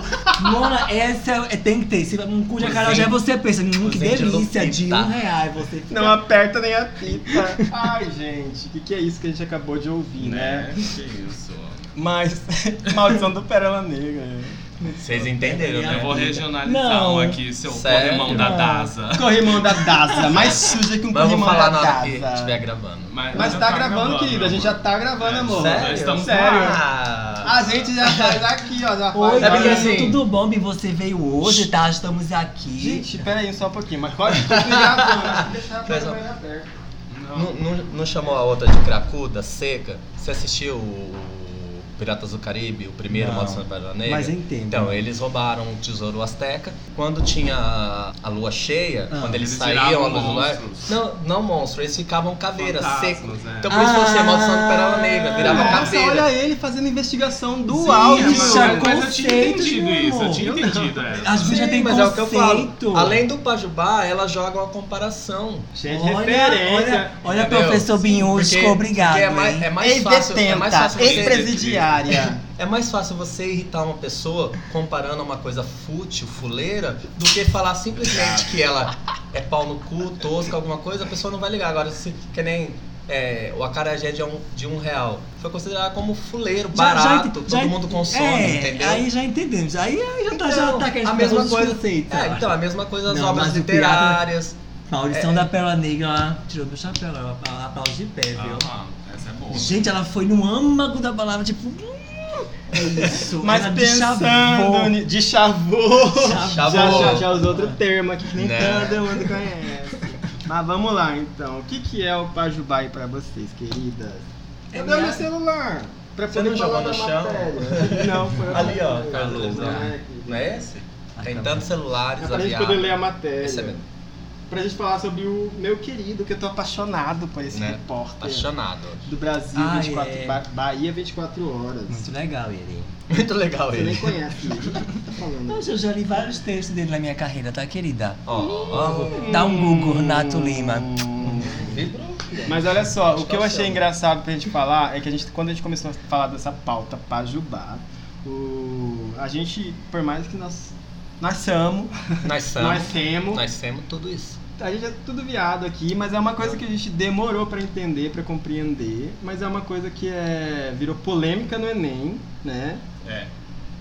Mona, essa é- tem que ter. Se um cu de acarajé Cozinha- você pensa, hum, que cozinha de delícia, lupita. de um real. E Você fica... Não aperta nem apita. Ai, gente, o que, que é isso que a gente acabou de ouvir, Né? né? Que isso. Mas, Maldição do Pérola Negra. Vocês entenderam, né? Eu vou regionalizar Não. um aqui, seu Sério? corrimão da DASA. Corrimão da Daza, mais suja que um Mas eu vou corrimão falar da na hora que Daza. estiver gravando. Mas já tá, gravando, querida, a gente já amor. tá gravando, É, amor. sério? estamos Sério? no ar. Ah, A gente já faz aqui, ó. Já faz Oi, É porque menino, assim- tudo bom? E você veio hoje, tá? Estamos aqui. Gente, peraí só um pouquinho, mas pode continuar gravando. acho que deixar a Faz câmera uma- aberta. não, não- não chamou a outra de cracuda, seca? Você assistiu o Piratas do Caribe, o primeiro Não, Maldição da Pérola Negra? mas é entendo. Então, eles roubaram o tesouro asteca. Quando tinha a- a lua cheia, Ah. quando eles, Eles saíam à viravam luz do luar... monstros. Não, não monstro, eles ficavam caveira, Fantasmas, seco. é. Então por isso que você é Maldição do Pérola Negra, virava Nossa, caveira. olha ele fazendo investigação do Sim, áudio. é Mas eu- mas eu tinha conceito, entendido meu isso, eu amor. tinha entendido essa. As bichas Sim, têm mas é o que eu falo. conceito. Além do Pajubá, ela joga uma comparação. Cheio de Olha, referência. Olha, olha Entendeu? professor Binhusco, Porque- obrigado. porque é mais, é hein? mais fácil, é mais fácil você- ex-presidiária. é mais fácil você irritar uma pessoa comparando uma coisa fútil, fuleira, do que falar simplesmente que ela é pau no cu, tosca, alguma coisa, a pessoa não vai ligar. Agora, se, que nem é, o acarajé de um, de um real. Foi considerado como fuleiro, Já- já barato, ente- todo já ente- mundo consome, é, entendeu? Aí já entendemos. Aí, aí já tá, já Então, tá aqueles a mesma povos coisa. conceitos. É, então, é. a mesma coisa as Não, obras mas o pirata- literárias. Maldição da Pérola Negra, ela tirou meu chapéu, ela apla- aplaude de pé, viu? Ah, essa é boa. Gente, ela foi no âmago da palavra, tipo. hum, É isso. Mas ela deschavou. pensando ni- de chavô. Já, Chavou. já, já usou outro termo aqui que nem Tá Né. todo mundo conhece. Mas vamos lá então. O que, que é o Pajubai pra vocês, queridas? É Cadê o meu minha- celular? Pra Você poder não jogou falar no da chão? matéria. Não, foi Ali, ó, outra com a coisa. luz, ó. É, Não é esse? Tem tá tantos celulares, É pra gente aviados. poder ler a matéria. Esse é mesmo. Pra gente falar sobre o meu querido, que eu tô apaixonado por esse Né? repórter Apaixonado. do Brasil, Ah, 24, é. Ba- Bahia 24 horas. Muito legal ele. Muito legal Você nem ele. conhece ele. O que tá falando? Nossa, eu já li vários textos dele na minha carreira, tá, querida? Ó, Dá um Google, Nato Lima. Hum. Mas olha só, o que eu Tá achei certo. engraçado pra gente falar é que a gente, quando a gente começou a falar dessa pauta Pajubá, o, a gente, por mais que nós nasçamos, nós nós somos. temos, Nós temos tudo isso. a gente é tudo viado aqui, mas é uma coisa que a gente demorou pra entender, pra compreender, mas é uma coisa que é, virou polêmica no Enem, né? É.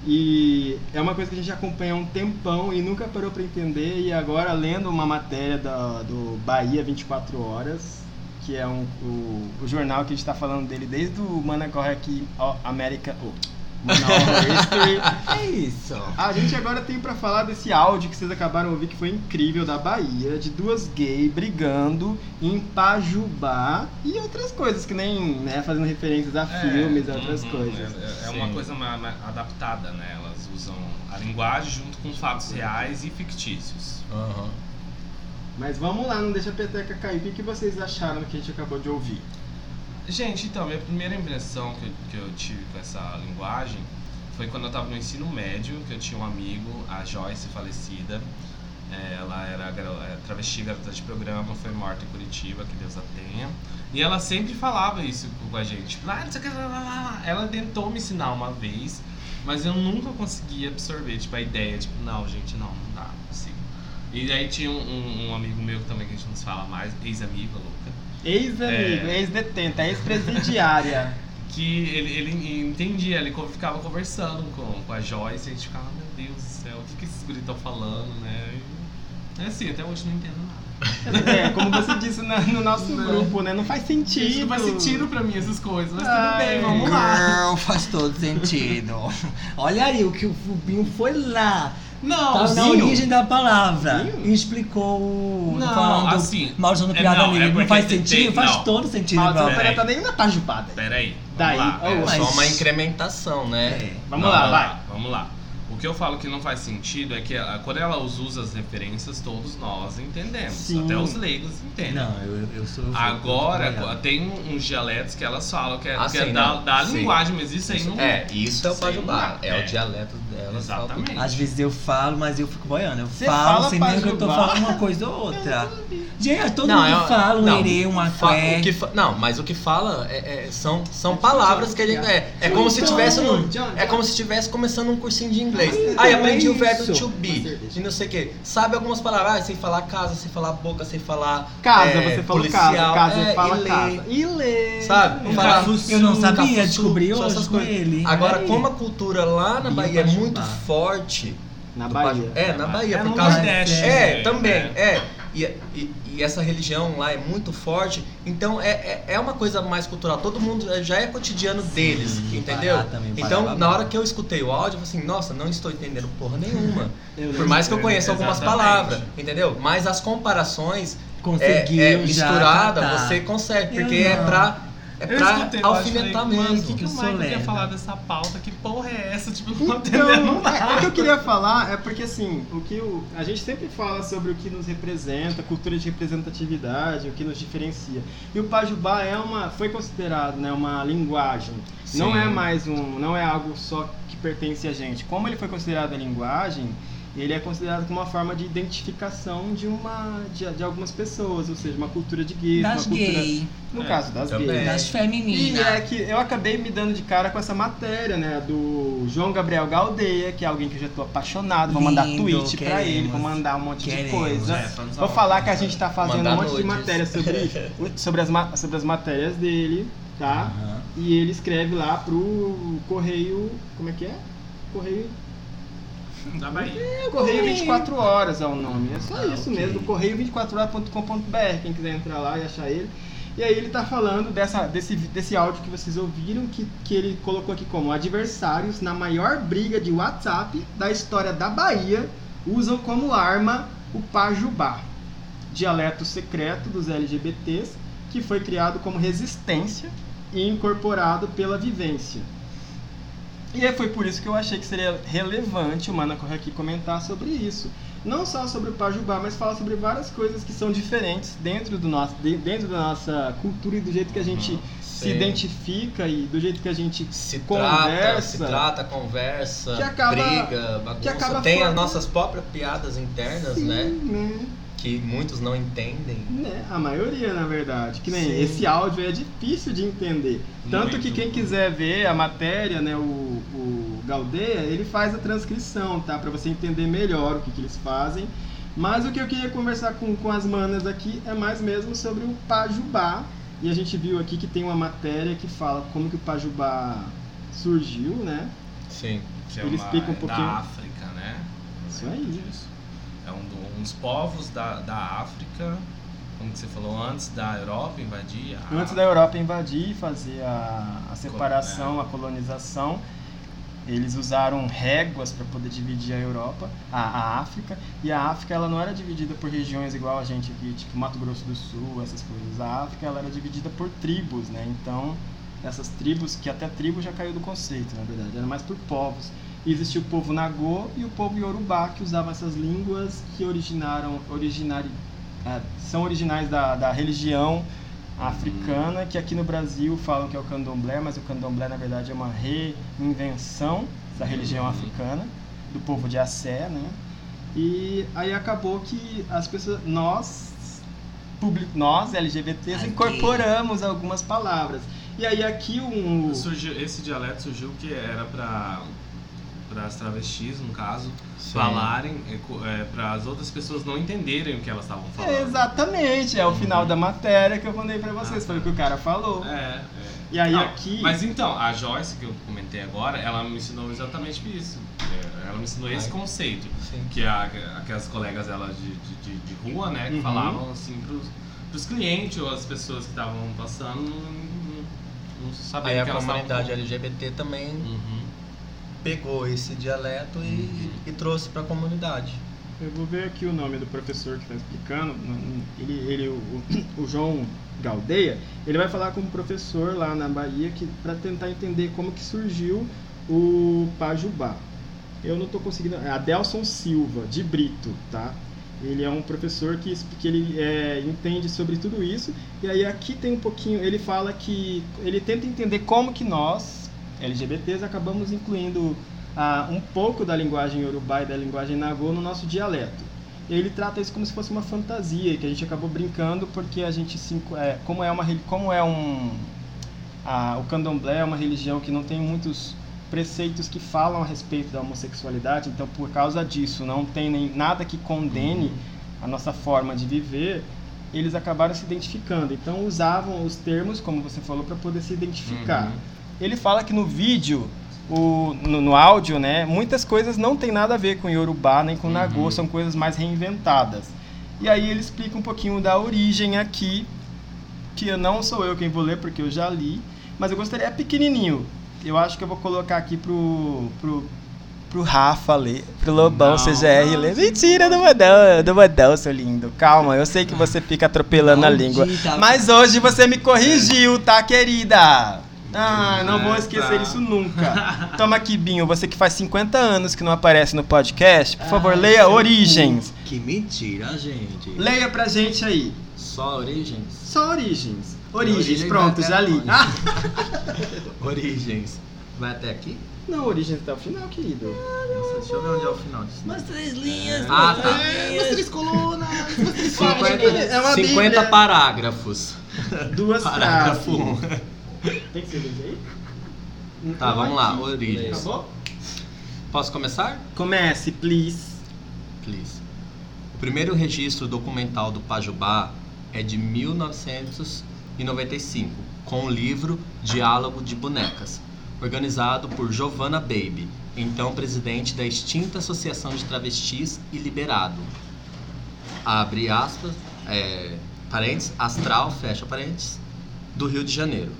E é uma coisa que a gente acompanha há um tempão e nunca parou para entender. E agora, lendo uma matéria da, do Bahia 24 Horas, que é um, o, o jornal que a gente está falando dele desde o Mana Corre aqui, ó, América. Oh, Manaus History. É isso. A gente agora tem para falar desse áudio que vocês acabaram de ouvir, que foi incrível, da Bahia, de duas gays brigando em Pajubá e outras coisas, que nem né, fazendo referências a filmes, a outras É, uhum, coisas. É, é- é uma Sim. coisa ma- ma- adaptada, né? Elas usam a linguagem junto com fatos reais e fictícios. Aham. Mas vamos lá, não deixa a peteca cair. O que, que vocês acharam do que a gente acabou de ouvir? Gente, então, minha primeira impressão que eu, que eu tive com essa linguagem foi quando eu tava no ensino médio, que eu tinha um amigo, a Joyce, falecida. É, ela era garo- é, travesti, garota de programa, foi morta em Curitiba, que Deus a tenha. E ela sempre falava isso com a gente. tipo, Ah, não sei o que, lá, lá, lá, lá." Ela tentou me ensinar uma vez, mas eu nunca consegui absorver tipo, a ideia, tipo, não, gente, não, não dá, não consigo. E aí tinha um, um- um amigo meu também que a gente não se fala mais, ex-amigo, louca. É, Ex-amigo, ex-detenta, ex-presidiária. que ele, ele entendia, ele co- ficava conversando com, com a Joyce, e a gente ficava, meu Deus do céu, o que, que esses guris estão falando, né? E, é assim, até hoje eu não entendo nada. é, como você disse na- no nosso grupo, né? Não faz sentido. Isso não faz sentido pra mim essas coisas, mas tudo Ai. bem, vamos lá. Girl, faz todo sentido. Olha aí o que o Fubinho foi lá. Não, Tá assim? na Zinho. origem da palavra. Zinho? E explicou. o- Não, falando assim, Maldição do é, Pirata não, é Negra. Não porque faz tem- tem- sentido? faz não. um todo sentido, Mas Paulo. não Peraí. tá nem na pajubada. Peraí, vamos Daí, lá. ó, pera- É Só Mas- uma incrementação, né? É. Vamos Não, lá, vamos vai. Vamos lá. O que eu falo que não faz sentido é que ela- quando ela usa as referências, todos nós entendemos. Sim. Até os leigos entendem. É. Não, eu, eu sou. Agora, eu sou- tem um, uns dialetos que elas falam, que é, Ah, que é sim, da, não. da Sim. um- linguagem, mas isso aí não Então É, isso é o Sei lá, Pajubá. É é. o dialeto dela. só porque- Exatamente. Às vezes eu falo, mas eu fico boiando. Eu Você falo fala sem pra nem que eu tô julgar. falando uma coisa ou outra. Gente, todo Não, mundo é- fala um não, erê, uma fa- fé. o que fa- Não, mas o que fala é- é- são, são palavras tipo que a gente. É, é como Então, se tivesse num- É como se tivesse começando um cursinho de inglês. Aí aprendi o verbo to be. E não sei o que. Sabe algumas palavras? Ah, sem falar casa, sem falar boca, sem falar. Casa, é, você falou policial, casa. Casa, é, fala e lê, casa. E lê. Sabe? Um Falar- cafuçu, Eu não sabia, cafuçu, descobri só essas hoje com coisas. ele. É. Agora, Aí. como a cultura lá na Ia Bahia é pra muito chupar. forte, Na do Bahia. Paju- É, na Bahia, É por no causa. Nordeste, É, né? também, é. E, e- e essa religião lá é muito forte, então é, é, é uma coisa mais cultural. Todo mundo é, já é cotidiano deles, entendeu? Pará também, Pará Então, babado. na hora que eu escutei o áudio, eu falei assim, nossa, não estou entendendo porra nenhuma. Eu Por mais que eu conheça algumas Exatamente. palavras, entendeu? Mas as comparações é, Conseguiu é já tá, misturada, tá, captar. você consegue, Eu porque é não. pra, é Eu pra escutei, eu acho, falei, alfinetar Mano, o mesmo. que, que Eu o sou Michael quer lerda. falar dessa pauta? Que porra é essa? Tipo, eu não tô entendendo Então, nada. é, o que eu queria falar é porque assim, o que o- a gente sempre fala sobre o que nos representa, cultura de representatividade, o que nos diferencia. E o Pajubá é uma, foi considerado, né, uma linguagem. Não Sim. é mais um, não é algo só que pertence a gente. Como ele foi considerado a linguagem, ele é considerado como uma forma de identificação de uma de, de algumas pessoas, ou seja, uma cultura de gays, uma Das cultura gay, no É, caso das também. gays. das E femininas. é que eu acabei me dando de cara com essa matéria, né? Do João Gabriel Galdeia, que é alguém que eu já tô apaixonado. Vou mandar Lindo, tweet pra queremos. ele, vou mandar um monte Queremos. né, de coisa. É, vamos Vou lá. falar que a gente tá fazendo Mandar um monte de nudes. matéria sobre, sobre, as, ma- sobre as matérias dele, tá? Aham. E ele escreve lá pro Correio. Como é que é? Correio. Da Bahia. É, Correio 24 Horas é o nome. É só Ah, isso ok. mesmo, correio24horas.com.br, quem quiser entrar lá e achar ele. E aí ele tá falando dessa, desse, desse áudio que vocês ouviram, que, que ele colocou aqui como adversários na maior briga de WhatsApp da história da Bahia usam como arma o pajubá, dialeto secreto dos LGBTs, que foi criado como resistência e incorporado pela vivência. E aí foi por isso que eu achei que seria relevante o Mana Corre aqui comentar sobre isso. Não só sobre o Pajubá, mas falar sobre várias coisas que são diferentes dentro, do nosso, de- dentro da nossa cultura e do jeito que a gente se Uhum. Sim. identifica e do jeito que a gente se trata, Conversa. se trata, conversa, Que acaba- briga, bagunça. que acaba tem fora- as nossas próprias piadas internas, né? né? Que muitos não entendem. Né? A maioria, na verdade. Que nem Sim. esse áudio aí é difícil de entender. Tanto Muito. que quem quiser ver a matéria, né, o, o Galdeia, ele faz a transcrição, tá? Pra você entender melhor o que, que eles fazem. Mas o que eu queria conversar com, com as manas aqui é mais mesmo sobre o Pajubá. E a gente viu aqui que tem uma matéria que fala como que o Pajubá surgiu, né? Sim. Que Ele explica um é pouquinho. Da África, né? Eu Isso lembro aí. disso. É um, do- um dos povos da, da África, como que você falou, antes da Europa invadir. a Antes da Europa invadir, fazer a, a separação, a colonização, eles usaram réguas para poder dividir a Europa, a, a África, e a África ela não era dividida por regiões igual a gente aqui, tipo Mato Grosso do Sul, essas coisas. A África ela era dividida por tribos, né? Então, essas tribos, que até tribo já caiu do conceito, na verdade, era mais por povos. E existia o povo Nagô e o povo Yorubá, que usavam essas línguas que originaram, originari, ah, são originais da, da religião africana, que aqui no Brasil falam que é o candomblé, mas o candomblé na verdade é uma reinvenção da religião Uhum. africana, do povo de Assé, né? E aí acabou que as pessoas, nós, public, nós LGBTs, Aqui. incorporamos algumas palavras. E aí aqui um... Surgiu, esse dialeto surgiu que era para as travestis, no caso, falarem, é, para as outras pessoas não entenderem o que elas estavam falando. É, exatamente, é o final da matéria que eu mandei pra vocês, Ah, foi o tá. que o cara falou. É, é. E aí Não, aqui... Mas então, a Joyce que eu comentei agora, ela me ensinou exatamente isso. É, Ela me ensinou esse conceito. Sim. Que, a, que as colegas dela de, de, de- de rua, né, que Uhum. falavam assim pros, pros clientes ou as pessoas que estavam passando, não, não, não sabiam Aí que a elas estavam comunidade LGBT também Uhum. pegou esse dialeto e, e trouxe pra comunidade. Eu vou ver aqui o nome do professor que está explicando. Ele, ele o, o João Galdeia, ele vai falar com um professor lá na Bahia que para tentar entender como que surgiu o Pajubá. Eu não estou conseguindo. É Adelson Silva de Brito, tá? Ele é um professor que, exp- que ele é, entende sobre tudo isso. E aí aqui tem um pouquinho. Ele fala que ele tenta entender como que nós LGBTs acabamos incluindo ah, um pouco da linguagem Yorubá e da linguagem Nagô no nosso dialeto. Ele trata isso como se fosse uma fantasia, que a gente acabou brincando porque a gente se enco- é, como é uma reli- como é um ah, o Candomblé é uma religião que não tem muitos preceitos que falam a respeito da homossexualidade, então por causa disso não tem nem nada que condene a nossa forma de viver, eles acabaram se identificando. Então usavam os termos, como você falou, para poder se Uhum. identificar. Ele fala que no vídeo, o, no, no áudio, né, muitas coisas não tem nada a ver com Yorubá nem com Nagô, são coisas mais reinventadas. E aí ele explica um pouquinho da origem aqui, que eu não sou eu quem vou ler porque eu já li, mas eu gostaria, é pequenininho. Eu acho que eu vou colocar aqui pro, pro, pro Rafa ler, pro Lobão Não, CGR não, ler. Mentira, do Modão, do Modão, seu lindo. Calma, eu sei que você fica atropelando a Maldita. Tá tá. língua. Mas hoje você me corrigiu, tá, querida? Ah, não vou esquecer isso nunca. Toma aqui, Binho, você que faz 50 anos que não aparece no podcast, por favor, Ai, leia seu Origens. cu. Que mentira, gente. Leia pra gente aí. Só origens? Só Origens. Origens, Origens pronto, vai já até li. onde? Ah, Origens. Vai até aqui? não, Origens até o final, querido. Nossa, deixa eu ver onde é o final disso. Umas três linhas. Ah, umas tá. três linhas. É uma 50, 50 bíblia. parágrafos. Duas Parágrafo frases. 1. Tem que ser desse aí? Tá, Não, vamos lá, aqui. origens. Acabou? Posso começar? Comece, please. Please. O primeiro registro documental do Pajubá é de 1995, com o livro Diálogo de Bonecas, organizado por Giovanna Baby, então presidente da extinta Associação de Travestis e Liberado. Abre aspas, é, parênteses, astral, fecha parênteses, do Rio de Janeiro.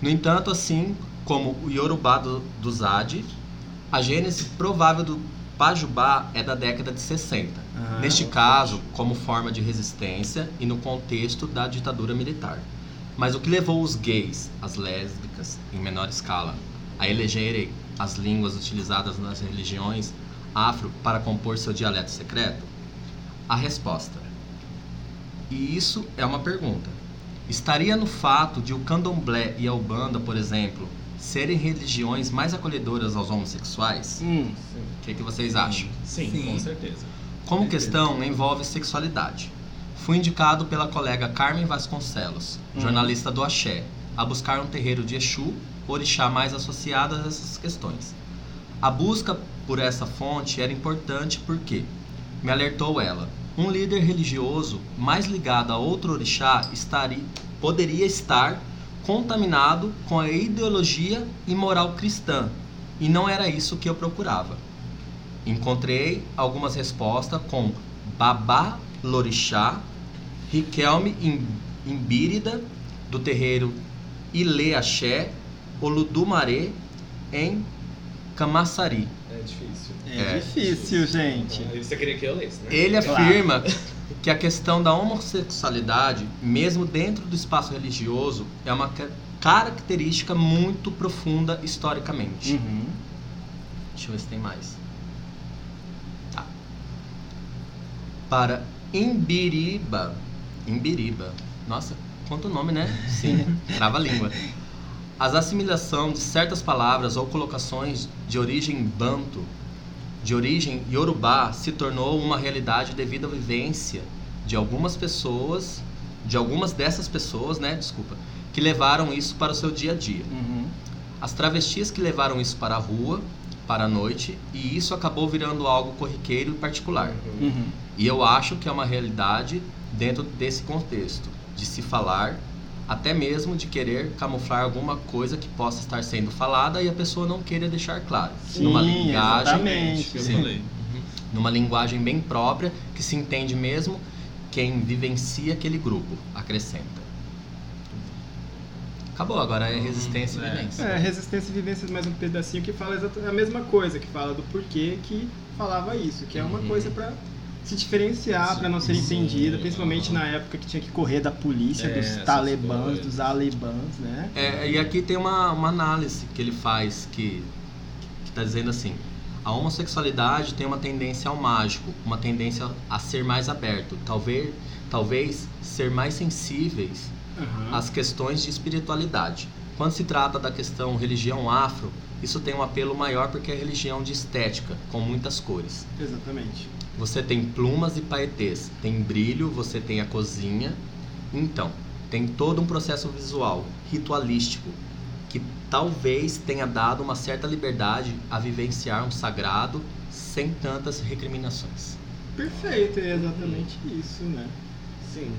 No entanto, assim como o Yorubá do, do Zade, a gênese provável do Pajubá é da década de 60. Neste caso, como forma de resistência e no contexto da ditadura militar. Mas o que levou os gays, as lésbicas, em menor escala, a elegerem as línguas utilizadas nas religiões afro para compor seu dialeto secreto? A resposta. E isso é uma pergunta. Estaria no fato de o candomblé e a ubanda, por exemplo, serem religiões mais acolhedoras aos homossexuais? Hum. O que, que vocês acham? Sim, Sim. com certeza. Como questão envolve sexualidade. Fui indicado pela colega Carmen Vasconcelos, Hum. jornalista do Axé, a buscar um terreiro de Exu, orixá mais associado a essas questões. A busca por essa fonte era importante porque, me alertou ela, um líder religioso mais ligado a outro orixá estaria, poderia estar contaminado com a ideologia e moral cristã, e não era isso que eu procurava. Encontrei algumas respostas com Babá Lorixá, Riquelme Im- Imbírida, do terreiro Ilê Axé, Oludumaré, em Camaçari. É difícil. É, difícil, gente. Aí Você queria que eu lesse, né? Ele afirma que a questão da homossexualidade, mesmo dentro do espaço religioso, é uma ca- característica muito profunda historicamente. Deixa eu ver se tem mais. Tá. Para Imbiriba. Imbiriba. Nossa, quanto nome, né? Sim, trava a língua. As assimilação de certas palavras ou colocações de origem banto, de origem yorubá, se tornou uma realidade devido à vivência de algumas pessoas, de algumas dessas pessoas, né? Desculpa, que levaram isso para o seu dia a dia. Uhum. As travestis que levaram isso para a rua, para a noite, e isso acabou virando algo corriqueiro e particular. Uhum. E eu acho que é uma realidade dentro desse contexto, de se falar, até mesmo de querer camuflar alguma coisa que possa estar sendo falada e a pessoa não queira deixar claro. Sim, numa linguagem, exatamente. Eu Sim. falei. numa linguagem bem própria que se entende mesmo quem vivencia aquele grupo, acrescenta. Acabou, agora é resistência é. e vivência. É, Resistência e Vivências, mais um pedacinho que fala exatamente a mesma coisa, que fala do porquê que falava isso, que é uma Uhum. coisa pra se diferenciar, pra não ser Sim, entendida, principalmente aham. na época que tinha que correr da polícia, É, dos essas talebãs, coisas. dos alebãs, né? É, e aqui tem uma, uma análise que ele faz que está dizendo assim: a homossexualidade tem uma tendência ao mágico, uma tendência a ser mais aberto, talvez, talvez ser mais sensíveis Aham. às questões de espiritualidade. Quando se trata da questão religião afro, isso tem um apelo maior porque é religião de estética, com muitas cores. Exatamente. Você tem plumas e paetês, tem brilho, você tem a cozinha. Então, tem todo um processo visual, ritualístico, que talvez tenha dado uma certa liberdade a vivenciar um sagrado sem tantas recriminações. Perfeito, é exatamente isso, né? Sim.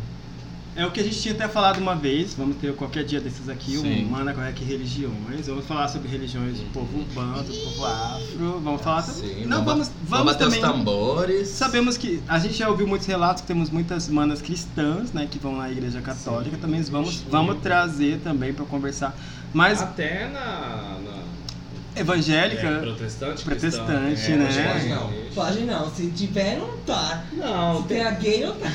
É o que a gente tinha até falado uma vez, vamos ter qualquer dia desses aqui, Sim. um Mana Correc Religiões. Vamos falar sobre religiões do povo urbano, do povo afro. Vamos falar também. Sim, Não, vamos, ba- vamos, bater também. os tambores. Sabemos que a gente já ouviu muitos relatos que temos muitas manas cristãs, né, que vão na igreja católica, também vamos, vamos trazer também para conversar. Mas Até na. na Ah. é, evangélica, protestante? Protestante, cristã. É. né? evangélica, Não. isso. Pode não, se tiver não tá. Não, Se tem a gay não tá.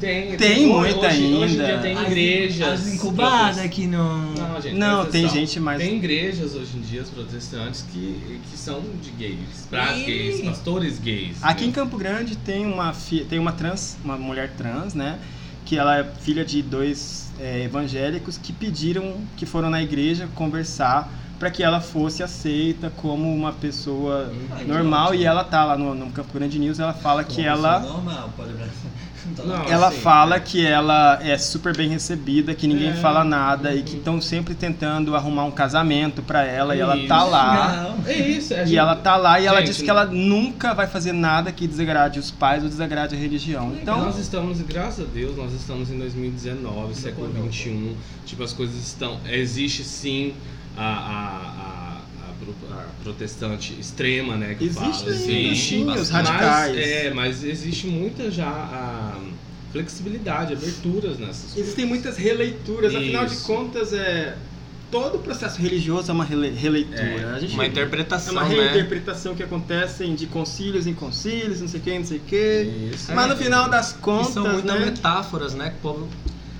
tem. Tem hoje- muita hoje, Hoje em ainda. dia tem As- igrejas. As incubadas protestantes. aqui no. Não, gente, Não, presta tem atenção. gente mais- Tem igrejas hoje em dia, as protestantes, que, que são de gays. Pras Ih! gays, pastores gays. aqui em né? Campo Grande tem uma fi- tem uma trans, uma mulher trans, né, que ela é filha de dois é, evangélicos que pediram, que foram na igreja conversar para que ela fosse aceita como uma pessoa Ai, que normal ótimo. e ela tá lá no, no Campo Grande News, ela fala que Uma ela é pessoa Normal, pode Não, Ela sim, fala que ela é super bem recebida, que ninguém É. fala nada e que estão sempre tentando arrumar um casamento pra ela e ela tá Isso. lá. Não. É isso, é E ela tá lá e ela Gente, diz que ela nunca vai fazer nada que desagrade os pais ou desagrade a religião. Então, Nós estamos, graças a Deus, nós estamos em 2019, século XXI. Tipo, as coisas estão. Existe sim a. a- a- a pro- a protestante extrema, né? Que Existe fala, ainda, sim, sim, os mas, radicais. é, mas existe muita já a flexibilidade, aberturas nessas coisas. existem muitas releituras, afinal de Isso. contas, é todo o processo religioso é uma rele- releitura. É, A gente- Uma é interpretação, uma né? reinterpretação que acontece de concílios em concílios, não sei o que, não sei o que. Isso. Mas no final das E contas, são muitas né? É, metáforas, né? Que o povo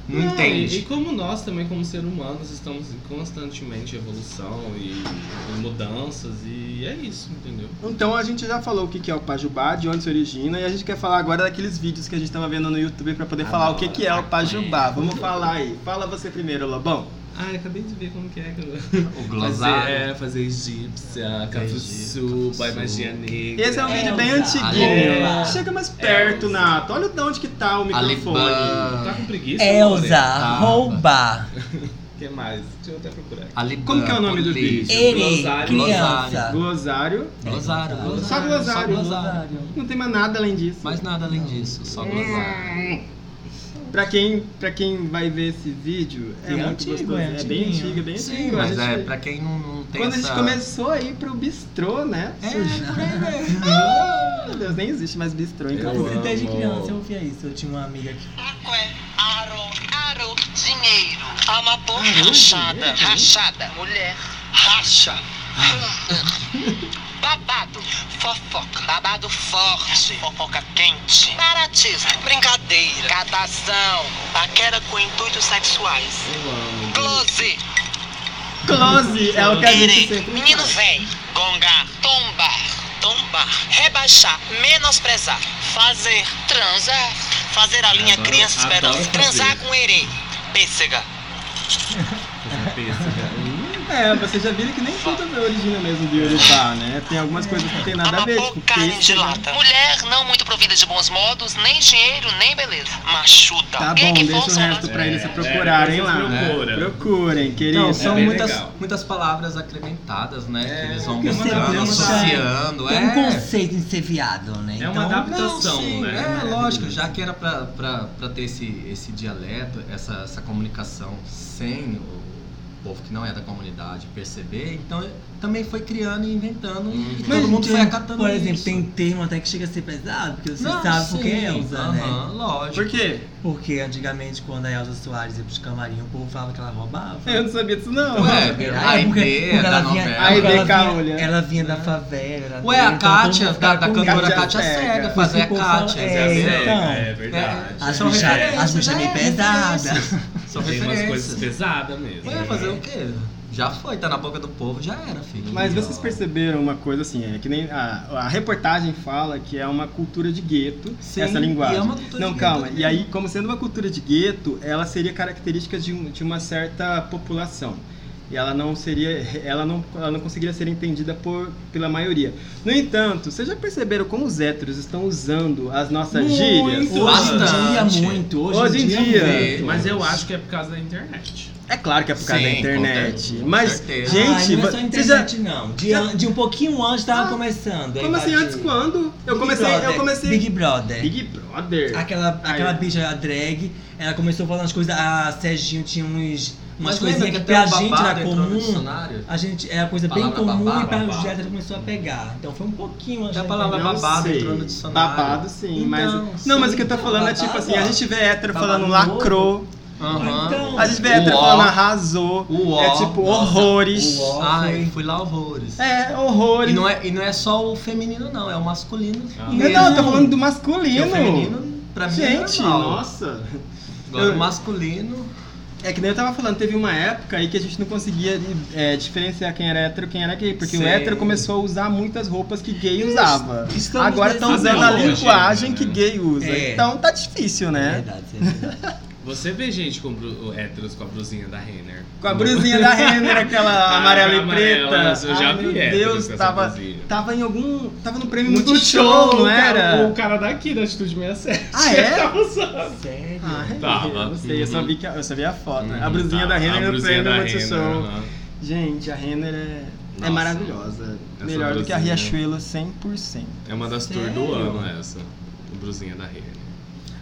não, Não, E, e entende. como nós também, como seres humanos, estamos constantemente em evolução e, e mudanças, e é isso, entendeu? Então a gente já falou o que que é o Pajubá, de onde se origina, e a gente quer falar agora daqueles vídeos que a gente tava vendo no YouTube pra poder falar o que que é Ah, tá. o Pajubá. Vamos falar aí. Fala você primeiro, Lobão. Ah, eu acabei de ver como que é. que eu- O Fazer, glossário. é, fazer egípcia, cafuçu, egípcio, bai cafuçu. magia negra. Esse é um vídeo bem Elza. antiguinho. É. Elza. Chega mais perto, Elza. Nato. Olha de onde que tá o microfone. Alibã. Tá com preguiça? Lore? É, Elza, Ah, rouba, O que mais? Deixa eu até procurar. aqui. Alibã, Como que é o nome do Polícia. vídeo? ele, Glosário, criança. Glosário. Glosário, glosário. Só glosário. Só glosário. Não tem mais nada além disso. Mais nada além disso, só É, glosário. Pra quem, pra quem vai ver esse vídeo, é, É muito antigo, gostoso. é É, bem antiguinho. antigo, é bem Sim, antigo. A mas gente- é, pra quem não, não tem Quando a essa... gente começou a ir pro bistrô, né? É, Surgiu- por aí mesmo. Ah, Meu Deus, nem existe mais bistrô em Eu Campo Grande. Desde amo. criança eu ouvia isso. Eu tinha uma amiga que Paco é aro, aro, dinheiro. Amador, Aro, rachada, dinheiro? rachada. Mulher, racha. Babado, fofoca. Babado forte, fofoca quente. Baratismo, brincadeira. Catação, paquera com intuitos sexuais. Eu amo. Close, Close é o que a gente Tere, sempre menino faz. véi, gongar, tombar, tombar, rebaixar, menosprezar, fazer, transar, fazer a linha Adoro- criança adoro esperança, fazer. transar com erê, pêssega. Essa pêssega. É, você já viu que nem tudo é origina mesmo de Urubá, né? Tem algumas coisas que não tem nada a ver, tipo Amapô, carne É. de pêssego. lata. Mulher não muito provida de bons modos, nem dinheiro, nem beleza. Machuta. Tá Gay bom, que deixa o força, resto pra eles É, se é, procurarem vocês lá. É. procura. Procurem, querido. Então, são bem muitas, legal. muitas palavras acrescentadas, né? É, que eles vão que buscando, você busca, associando. tem um é. conceito em ser viado, né? É uma então, adaptação, Não, sim, né? É, lógico, já que era pra, pra, pra ter esse, esse dialeto, essa, essa comunicação sem o povo que não é da comunidade perceber, então eh, também foi criando e inventando e Hum. Mas, todo mundo gente, foi acatando Por exemplo, isso. tem termo até que chega a ser pesado, porque você Não, sabe porque sim, é Elza, né? aham, lógico. Por quê? Porque antigamente, quando a Elza Soares ia pros camarim, o povo falava que ela roubava. É, Eu não sabia disso, não. Ué, É, a ideia da novela. A porque Aide ela Caolha. vinha, ela vinha da favela. era Ué, a dele, então todo Kátia, mundo da, ficava da com cantora medo. Kátia Cega. Cega, fazer a Esse povo fala- Kátia. é, entendeu? então. é verdade. É, As são bichas as referências, bichas é, meio pesadas. referências. São Tem umas coisas referências. pesadas mesmo. É. Ué, fazer o quê? Já foi, tá na boca do povo, já era, filho. Mas vocês Ó. perceberam uma coisa assim, é que nem a, a reportagem fala que é uma cultura de gueto, Sim, essa linguagem. e é uma cultura Não, de calma. gueto E aí, como sendo uma cultura de gueto, ela seria característica de, um- de uma certa população. e ela não seria, ela não, ela não conseguiria ser entendida por, pela maioria. No entanto, vocês já perceberam como os héteros estão usando as nossas gírias? Muito. Hoje em dia, Bastante. muito. Hoje, Hoje em dia. muito. Mas eu acho que é por causa da internet. É claro que é por causa Sim, da internet, com ter- com mas certeza. gente, Ai, não é vo- só vocês já Ah. internet, não. De, an- de um pouquinho antes tava começando. a como assim invadir. antes quando? Eu Big comecei, eu Brother, comecei Big Brother. Big Brother. Aquela, Aí. aquela bicha, a drag, ela começou falando as coisas. A Serginho tinha uns, umas Mas lembra coisinhas que, até pra o gente babado era entrou no comum. dicionário? A gente era coisa bem Palavra comum babado, e pra os babado. diretas começou a pegar. Então foi um pouquinho antes. Até a da palavra internet. Não babado sei. entrou no dicionário. Babado sim, Então, mas. sim, Não, mas o que eu tô então, falando é babado, tipo assim, a ó. gente vê hétero Babado falando novo. lacrou, Aham. Então, a gente vê hétero Uó. falando arrasou, Uó. é tipo Nossa, horrores. uó. Ai, fui lá horrores. É, horrores. E não é, e não é só o feminino, não, é o masculino. Ah. mesmo. Não, eu tô falando Porque do masculino. o feminino, pra mim, Gente, é normal. nossa. Agora, o masculino. É que nem eu tava falando, teve uma época aí que a gente não conseguia é, diferenciar quem era hétero e quem era gay, porque o Sei. hétero começou a usar muitas roupas que gay usava. estamos Agora estão nesse usando a nível, linguagem né? que gay usa. É. Então tá difícil, É né? verdade, é verdade. Você vê gente com bru- héteros com a brusinha da Renner. Com a brusinha da Renner, aquela Ah, amarela e amarela, né? preta. eu já Ai, vi meu héteros Deus, com essa tava, blusinha. tava em algum. Tava no prêmio muito show, não o cara- era? O cara daqui da Atitude 67. Ah, é? Tava usando. Sério. Ai, Tava. eu não sei, eu só vi, que- eu só vi a foto. né? a Tá, Uhum, brusinha tá. da A Renner no brusinha prêmio da muito Renner, show. aham. Gente, a Renner é, é Nossa. maravilhosa. Essa Melhor do que a brusinha. Riachuelo 100%. É uma das tours do Sério? ano essa. A brusinha da Renner.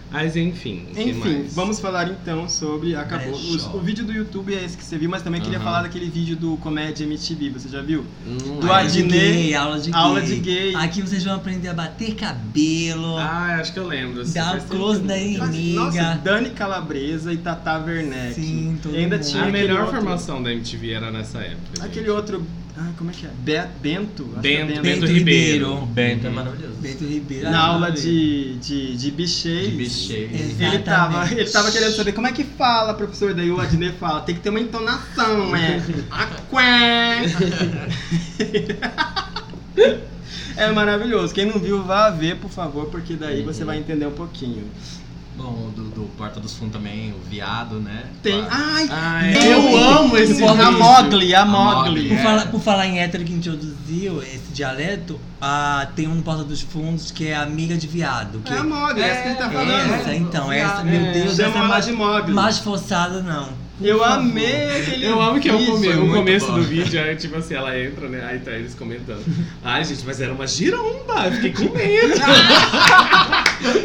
Mas enfim, o que Enfim, mais? É vamos falar então sobre. Acabou. Brechó. O, o vídeo do YouTube é esse que você viu, mas também queria Aham. falar daquele vídeo do Comédia MTV, você já viu? Não Do é. Aula de Adnet, gay, aula de gay. aula de gay. Aqui vocês vão aprender a bater cabelo, Ah, acho que eu lembro. dar Super o close sentido. na Mas, Nossa, inimiga. Dani Calabresa e Tata Werneck. Sim, todo E Ainda mundo. tinha A aquele melhor outro- formação da MTV era nessa época. Aquele gente. outro. Ai, como é que é? Be- Bento? acho que Bento, é Bento, Bento Ribeiro. Ribeiro. Bento é maravilhoso. Beto Ribeiro. Na ah, aula Beto. de, de, de bichês. De bicheiro. Ele tava, Exatamente. ele tava querendo saber como é que fala, professor. Daí o Adnê fala, tem que ter uma entonação, é. Aquém. É maravilhoso. Quem não viu, vá ver, por favor, porque daí você vai entender um pouquinho. Bom, do, do Porta dos Fundos também, o viado, né? Tem. Ai, um Ai, eu é. Tem. amo esse Tem. A Mogli, a A Mogli. Mogli. Por, É. falar, por falar em hétero que introduziu esse dialeto, ah, tem um no Porta dos Fundos que é amiga de viado. Que É a Mogli, é essa que a gente tá essa, falando. então, Viado. essa, meu Deus, Chama essa é ela mais, de Mogli. mais forçada, não. Eu amei aquele Eu amo que é o, vídeo. come- o muito começo bom. do vídeo, é tipo assim, ela entra, né? Aí tá eles comentando. Ai, gente, mas era uma giromba, eu fiquei com medo.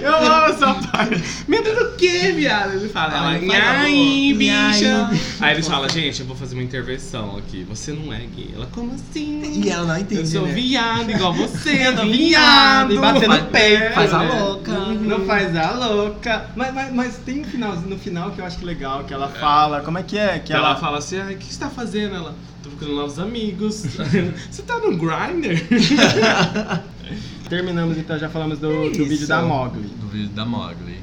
eu amo essa parte. Medo do quê, viado? Ele Ah, fala, ela, Ai, fala, ai, amor. bicha. Nhai. Aí eles falam, gente, eu vou fazer uma intervenção aqui. Você não é gay. Ela, como assim? E ela não entende, Eu sou né? viado igual você, Eu sou viado. É, viado, e bater no É. peito. faz a né? louca. Uhum. Não faz a louca. Mas, mas, mas tem um finalzinho no final que eu acho que é legal, que ela fala. Como é que é? Que Que ela ela, fala assim, ai, o que você tá fazendo? Ela, tô procurando novos amigos. você tá no grinder? Terminamos então, já falamos do, do vídeo isso. da Mogli. Do vídeo da Mogli.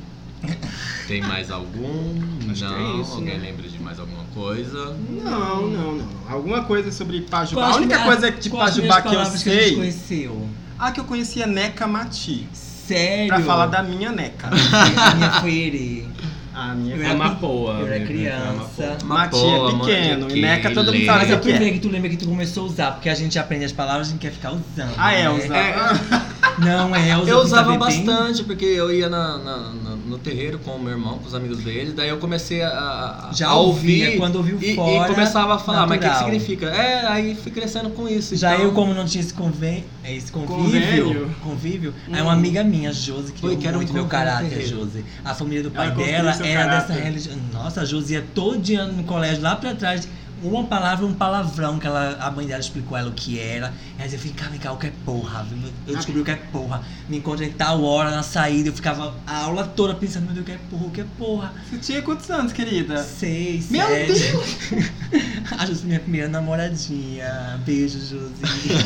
Tem mais algum? Acho que não. é isso, Alguém né? lembra de mais alguma coisa? Não, não, não. Alguma coisa sobre Pajubá. Quais a única as- coisa de quais as Pajubá primeiras que eu palavras que a gente sei. conheceu? Ah, que eu conhecia Neca Mati. Sério? Pra falar da minha Neca. A minha foi ele. A minha Eu É era- uma boa. eu era né? criança. Mati é Mapoa, pequeno. E Mantequilla, Neca todo mundo sabe Mas o é que a que é. primeira que tu lembra que tu começou a usar, porque a gente aprende as palavras e a gente quer ficar usando. Ah, né? é, usar. Não, é, Elza, Eu tu usava sabe bem. bastante, porque eu ia na- na- na- no terreiro com o meu irmão, com os amigos dele, daí eu comecei a- a, a- Já a ouvia, ouvir é quando ouviu e, fora, e começava a falar, mas o que, que natural. significa? É, aí fui crescendo com isso. Já então- eu, como não tinha esse, conven... é, esse convívio, Convênio. convívio Hum. aí uma amiga minha, Josi, que Foi, eu que era um muito meu convênio caráter, terreiro. Josi. A família do pai Ela construiu dela seu era caráter. dessa religião. Nossa, a Josi ia todo dia no colégio, lá pra trás, uma palavra, um palavrão que ela, a mãe dela explicou ela o que era. Ela dizia, vem cá, vem cá, o que é porra? Eu Ah. descobri o que é porra. Me encontrei tal hora na saída, eu ficava a aula toda pensando, meu Deus, o que é porra, o que é porra? Você tinha quantos anos, querida? Seis, Meu sete. A Josi, minha primeira namoradinha. Beijo, Josi.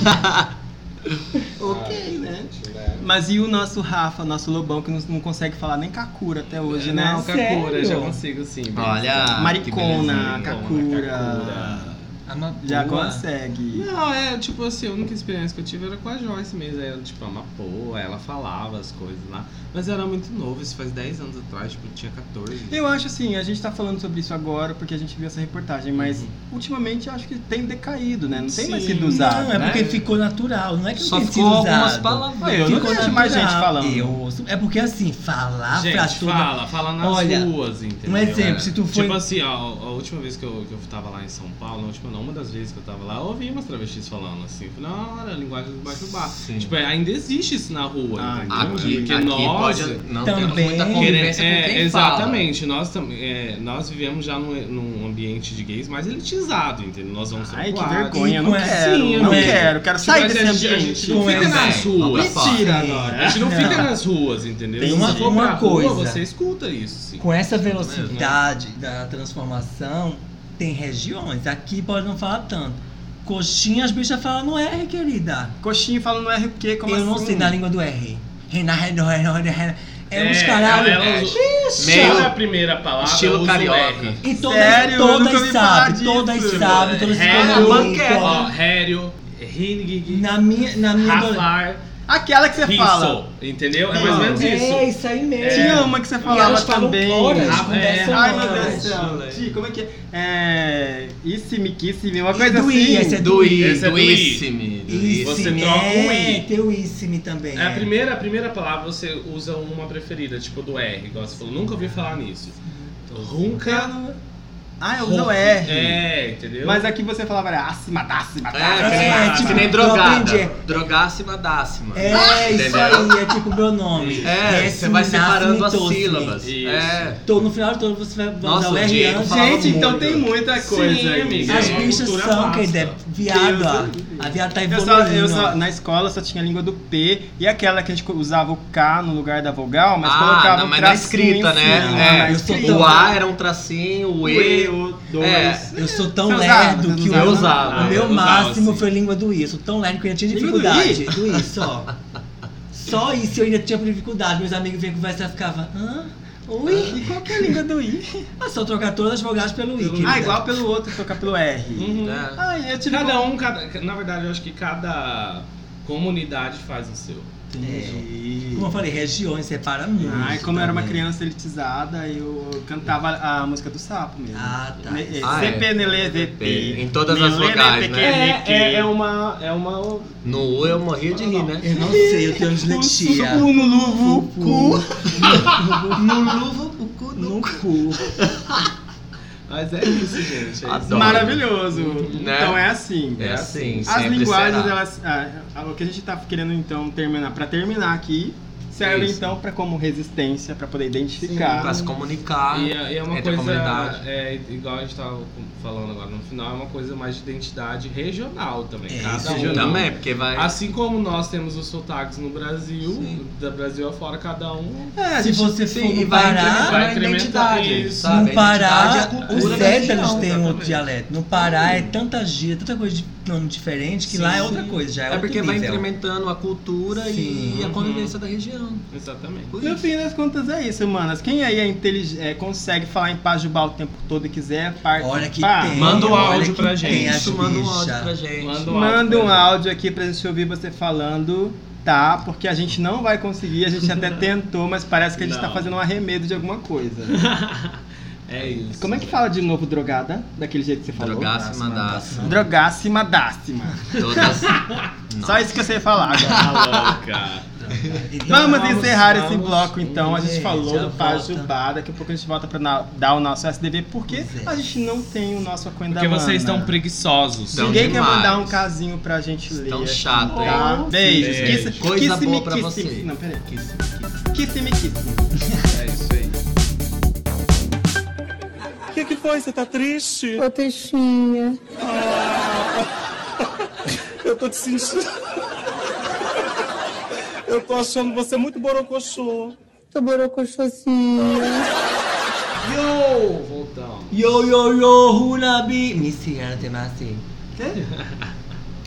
Ok, né? Mas e o nosso Rafa, nosso lobão, que não, não consegue falar nem Kakura até hoje, né? É, Não, Sério? Kakura, já consigo sim. Olha, Maricona, que Ah, belezinha. Kakura. Kakura. Ah, mas Já boa. consegue. Não, é, tipo assim, a única experiência que eu tive era com a Joyce mesmo. Aí Ela, tipo, amapou, ela falava as coisas lá. Mas era muito novo, isso faz 10 anos atrás, tipo, eu tinha 14. Eu acho assim, a gente tá falando sobre isso agora porque a gente viu essa reportagem, mas Uhum. ultimamente eu acho que tem decaído, né? Não tem mais Sim. sido usado. Não, é porque né? ficou natural. Não é que não Só tem ficou sido algumas usado. palavras. Eu não Ficou vejo mais natural. gente falando. Eu ouço. É porque assim, falar pra Gente, toda. fala, fala nas Olha, ruas, entendeu? um exemplo, se tu for- Tipo assim, a, a última vez que eu, que eu tava lá em São Paulo, a última não, uma das vezes que eu tava lá, eu ouvi umas travestis falando assim, falei, não, olha, a linguagem do baixo bar. Sim. Tipo, ainda existe isso na rua, Ah, entendeu? aqui- Porque aqui nós... pode não também- temos muita Querendo, convivência com é, quem exatamente, nós, tam- é, nós vivemos já num, num ambiente de gays mais elitizado, entendeu? Nós vamos Ai, que pro quarto. vergonha, eu não Sim, quero. eu não não quero, quero é Tipo, sair mas desse a gente- a ambiente. gente não Com fica essa- nas Vamos ruas. pra fora. Mentira Sim. agora. A gente não Não. fica nas ruas, entendeu? É. Tem Se uma- for uma pra rua, coisa. você escuta isso, sim. Com essa velocidade da transformação, tem regiões. Aqui pode não falar tanto. Coxinha, as bichas falam no R, querida. Coxinha falando R o quê? Como Eu assim? um não sei um na língua do R. Renan, Renan, Renan, Renan. É uns ela- caralho. ela usa- meio- Sabe é a primeira palavra, Estilo usa o carioca. R. E todas, Sério? Eu nunca ouvi todas falar sabem, disso. todas sabem, todas se Hério, Ó, comunicam. Hério, Hinig, Na minha, na minha Rafar, Aquela que você fala. Risso, entendeu? É mais ou menos é isso. isso aí mesmo. Tinha uma que você falava elas falam também. horas, Ah, é conversam um Ai, meu Deus do horas. céu. Ti, como é que é? É. Isse, me quisse, me, uma E coisa do assim. I, esse é do Duí, Esse é do I. duíssime. Isso, duíssime. Você troca um é, I. tem o Issimi também. É a primeira, a primeira palavra você usa uma preferida, tipo do R, igual você falou. Nunca ouvi falar nisso. Runca. Ah, eu uso o R. É, entendeu? Mas aqui você falava, era acima, dácima, É, que É, nem, tipo, que nem eu drogada. aprendi. Drogássima, é, dácima. É, isso aí, é tipo o meu nome. É, você vai Ressimi, separando as Nassimi, Tossimi. sílabas. Isso. É. Tô- no final de todo você vai vai Nossa, usar o o R Diego antes. falava Gente, então muito. tem muita Sim, coisa aí. amiga. As é uma bichas cultura são, vasta. querida, viado, ó. A viada tá Eu só, evoluindo. eu ó. só- na escola só tinha a língua do P e aquela que a gente usava o K no lugar da vogal, mas ah, colocava não, o mas na tracinho escrita, em cima, Ah, né? na É, escrita. o A era um tracinho, o E. o É. Eu sou tão Você usava, lerdo você que o, usava? Ah, Eu usava, o meu eu usava, máximo sim. foi língua do I. Eu sou tão lerdo que eu ainda tinha Língua do dificuldade. Do I, só. Só isso eu ainda tinha dificuldade. Meus amigos vinham conversar e ficavam, hã? Ui? E qual que é a língua do I? É só trocar todas as vogais pelo I. querida. ah, igual pelo outro, tocar pelo R. Uhum. né? Ah, eu tive Cada um, cada, na verdade, eu acho que cada comunidade faz o seu. Entendi. É. Como eu falei, regiões separa muito. Ai, como eu era uma também. criança elitizada, eu cantava a música do sapo mesmo. Ah, tá. Ne- Ah, é. CP, Nele, VP. Em todas as Nele, vogais, VP, né? Nele, uma. É uma. No U eu morria de rir, né? Eu não sei, eu tenho dislexia. Suco no luvo, cu. No luva, o cu No cu. Mas é isso, gente. É isso. Adoro. Maravilhoso. Né? Então é assim. É assim, As sempre linguagens, será. elas. ah, o que a gente tá querendo então terminar, pra terminar aqui, serve Isso. então pra como resistência, pra poder identificar. Pra se comunicar. E, é- e é uma Entre a coisa. comunidade. É, igual a gente tava falando agora no final, é uma coisa mais de identidade regional também. É, cada isso um. Também, Então, porque vai. Assim como nós temos os sotaques no Brasil, da Brasil afora, cada um. É, a Se gente- você for Sim, e no vai Pará, incrementando a vai incrementar identidade, isso. sabe? no A Pará, identidade é a cultura os da héteros região, têm um outro exatamente. dialeto. No Pará é tanta gíria, tanta coisa de nome diferente que Sim, lá é sim. outra coisa, já é, É outro porque vai nível. incrementando a cultura Sim. e a convivência da região. Exatamente. Por No isso. fim das contas é isso, manas. Quem aí é intelig- é, consegue falar em Pajubá o tempo todo e quiser, parte. Olha que pá, tem. Manda o olha áudio que pra tem gente. as Isso, manda um bichas. áudio pra gente. Manda um Manda um áudio. áudio aqui pra gente ouvir você falando, tá? Porque a gente não vai conseguir, a gente até tentou, mas parece que a gente tá Não. fazendo um arremedo de alguma coisa. é isso. Como é que fala de novo drogada? Daquele jeito que você falou? Drogasse, mandasse. Drogácima, dácima. Todas. Só isso que eu sei falar agora. Tá louca. Então, Vamos, vamos- encerrar esse vamos. bloco então. A gente Gente, falou já do Pajubá, daqui a pouco a gente volta pra na- dar o nosso SDV, porque Pois é. a gente não tem o nosso Aquenda Porque Mana. vocês estão preguiçosos. Não. Ninguém quer demais. mandar um casinho pra gente ler. Tão aqui, chato, hein? tá? Beijos. Beijo. Kiss, Coisa kiss boa me, pra kiss você. Me. Não, peraí. Kiss, kiss me, kiss me. É isso aí. O que, que foi? Você tá triste? Ô, Teixinha. Eu tô te sentindo. Eu tô achando você muito borocochô. Tô borocochosinha. Yo! Voltamos. Yo, yo, yo, Hunabi. Missy, Temasi.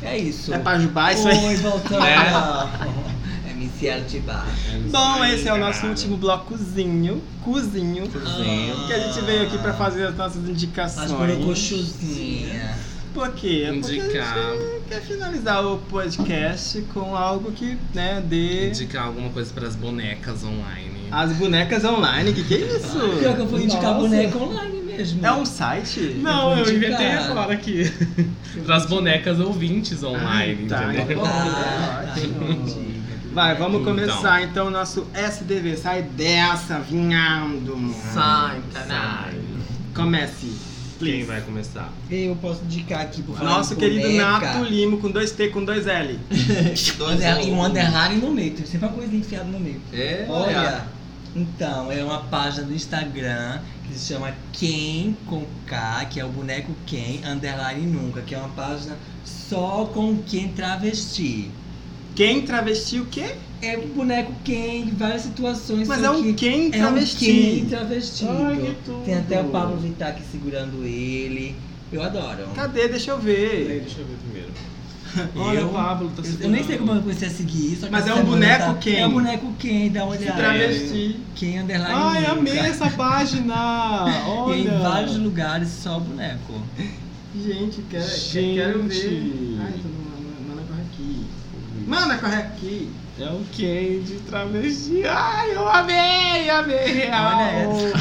É isso. É Pajubá isso aí. Oi, voltando. É Missy, Altibá. Bom, esse é o nosso último blocozinho. Cozinho. Cozinho. Que a gente veio aqui pra fazer as nossas indicações. As borocochuzinhas. por quê? É porque Indicar. a gente quer finalizar o podcast com algo que, né, dê Indicar alguma coisa para as bonecas online. as bonecas online. Que que é isso? Pior que eu fui indicar Nossa. boneca online mesmo. É um site? Não, eu Indicar. inventei agora aqui. Para as bonecas ouvintes online, Tá, entendeu? tá, Ah, ótimo. entendi. Vai, vamos Então. começar então o nosso SDV. Sai dessa, vinhando. Sai, caralho. Comece, please. Quem vai começar? Eu posso indicar aqui por falar Nosso em querido boneca. Nato Limo com dois T, com dois L. Dois Under- ou E um um. underline no meio, tem sempre uma coisa enfiada no meio. É, Olha, então, é uma página do Instagram que se chama Quem com K, que é o boneco Quem, underline nunca, que é uma página só com quem travesti. Quem travesti o quê? É o boneco Quem, em várias situações. Mas só é um que quem é um Quem travesti. travestido. Ai, que tudo. Tem até o Pablo Vittar aqui segurando ele. Eu adoro. Cadê? Deixa eu ver. Deixa eu ver primeiro. Olha, eu, Pablo, tá Eu, eu nem sei como eu comecei a seguir, só que Mas essa é um semana boneco tá- Quem? É um boneco Quem, dá uma Se olhada. É. travesti. Quem underline Ai, nunca. amei essa página. E em vários Olha. lugares só boneco. Gente, quero, Gente. quero ver. Ai, tô no Mana Corre Aqui. Mana Corre Aqui. É o Ken de travesti. Ai, eu amei, amei, real. Olha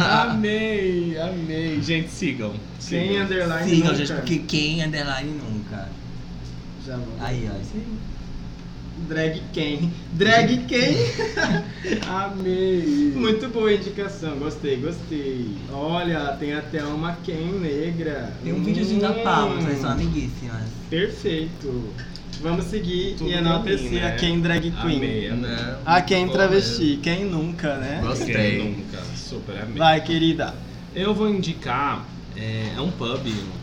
amei, amei. Ah. Gente, sigam. Quem sigam. underline Sigam, nunca. gente, porque quem underline nunca. Já vou. Aí, ó, isso aí. Drag quem? Drag quem? Amei. Muito boa indicação, gostei, gostei. Olha, tem até uma quem negra. Tem um videozinho da Paula, tá vocês são Hum, amiguíssimas. Perfeito. Vamos seguir Tudo e pra enaltecer mim, né? a quem drag queen. Amei, amei. Ah, A quem Pô, travesti, quem nunca, né? Gostei. Gostei. nunca. Super amei. Vai, querida. Eu vou indicar. É, é um pub. um-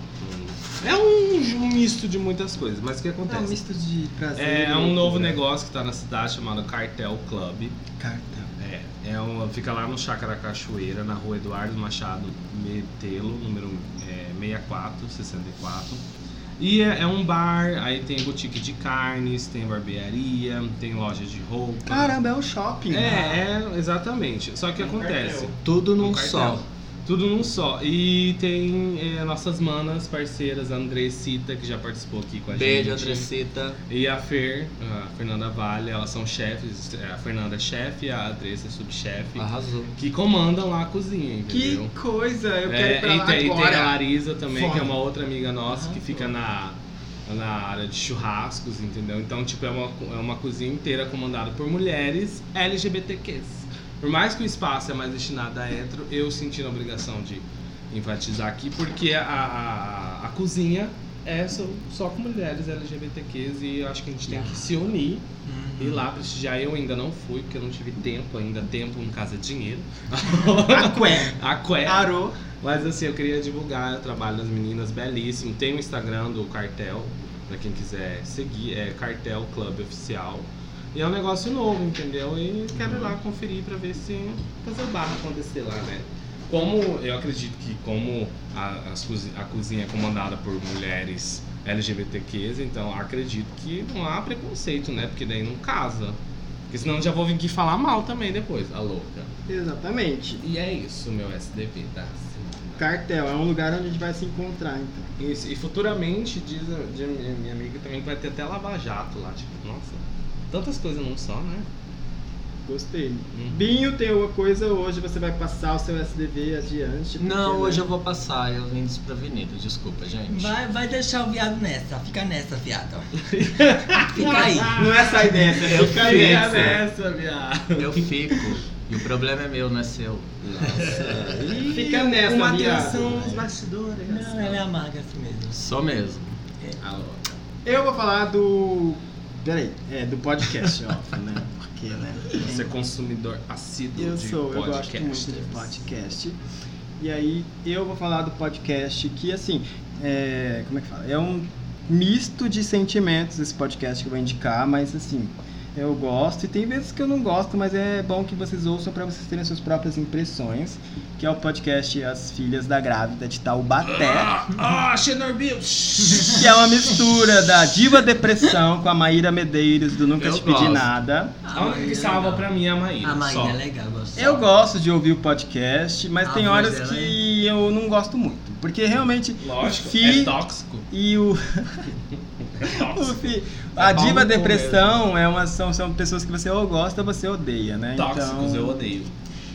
É um, um misto de muitas coisas, mas o que É um acontece? misto de prazer. É um novo negócio que tá na cidade chamado Cartel Club. Carta. É, é um, fica lá no Chácara Cachoeira, na rua Eduardo Machado Metelo, número é, 64, 64. E é, é um bar, aí tem boutique de carnes, tem barbearia, tem loja de roupa. Caramba, é um shopping. É, é, exatamente. Só que acontece. Tudo num Um só. cartel. Tudo num só. E tem é, nossas manas, parceiras, a Andressita, que já participou aqui com a Beijo, gente. Andressita. E a Fer, a Fernanda Vale, elas são chefes. A Fernanda é chefe, a Andressa é subchefe. Arrasou. Que comandam lá a cozinha, Que entendeu? coisa, eu quero ir É, pra e lá tem, tem a agora. Ah, Larisa também, Fome. que é uma outra amiga nossa, que Arrasou. fica na, na área de churrascos, entendeu? Então, tipo, é uma, co- é uma cozinha inteira comandada por mulheres LGBTQs. Por mais que o espaço é mais destinado a hétero, eu senti a obrigação de enfatizar aqui, porque a, a, a cozinha é só, só com mulheres LGBTQs e eu acho que a gente tem que se unir e Uhum. ir lá prestigiar. Eu ainda não fui, porque eu não tive tempo ainda. Tempo, no caso, é dinheiro. Aqué. a cueca. Arô. Mas assim, eu queria divulgar o trabalho das meninas, belíssimo. Tem o Instagram do Cartel, pra quem quiser seguir, é Cartel Club Oficial. E é um negócio novo, entendeu? E quero ir lá conferir pra ver se fazer o barro acontecer lá, né? Como eu acredito que como a, as cozi- a cozinha é comandada por mulheres LGBTQs, então acredito que não há preconceito, né? Porque daí não casa. Porque senão já vou vir aqui falar mal também depois, a louca. Exatamente. E é isso, meu SDV da semana. Cartel é um lugar onde a gente vai se encontrar, então. Isso, e futuramente, diz a diz a minha, minha amiga também, que vai ter até lava-jato lá. Tipo, nossa, tantas coisas não só, né? Gostei. Hum. Binho, tem alguma coisa hoje? Você vai passar o seu SDV adiante? Não, porque, hoje né? eu vou passar, eu vim desprevenido, desculpa, gente. Vai, vai deixar o viado nessa, fica nessa, viado. fica aí. Não é sair dessa, é ficar aí, fico. né? essa, viado. Eu fico. E o problema é meu, não é seu. Fica nessa, Uma viado. atenção aos bastidores. Não, ela é amarga assim mesmo. Sou mesmo. Alô. Eu vou falar do. Peraí, é do podcast, óbvio, né? Porque, né? Você é consumidor assíduo Eu de sou, eu podcast. gosto muito de podcast. E aí eu vou falar do podcast que, assim, é, como é que fala? É um misto de sentimentos esse podcast que eu vou indicar, mas assim, eu gosto e tem vezes que eu não gosto, mas é bom que vocês ouçam para vocês terem suas próprias impressões, que é o podcast As Filhas da Grávida de Taubaté, Ah, Xenorbil! que é uma mistura da Diva Depressão com a Maíra Medeiros do Nunca Eu Te Pedi gosto. Nada. A única que salva pra mim é a Maíra. A Maíra só. né? é legal, eu gosto. Eu gosto de ouvir o podcast, mas A tem voz horas dela que eu não gosto muito. Porque realmente. Lógico, o Fi é tóxico. E o. o Fi, a É pau diva no cu depressão é uma, são, são pessoas que você ou gosta ou você odeia, né? Tóxicos, então, eu odeio.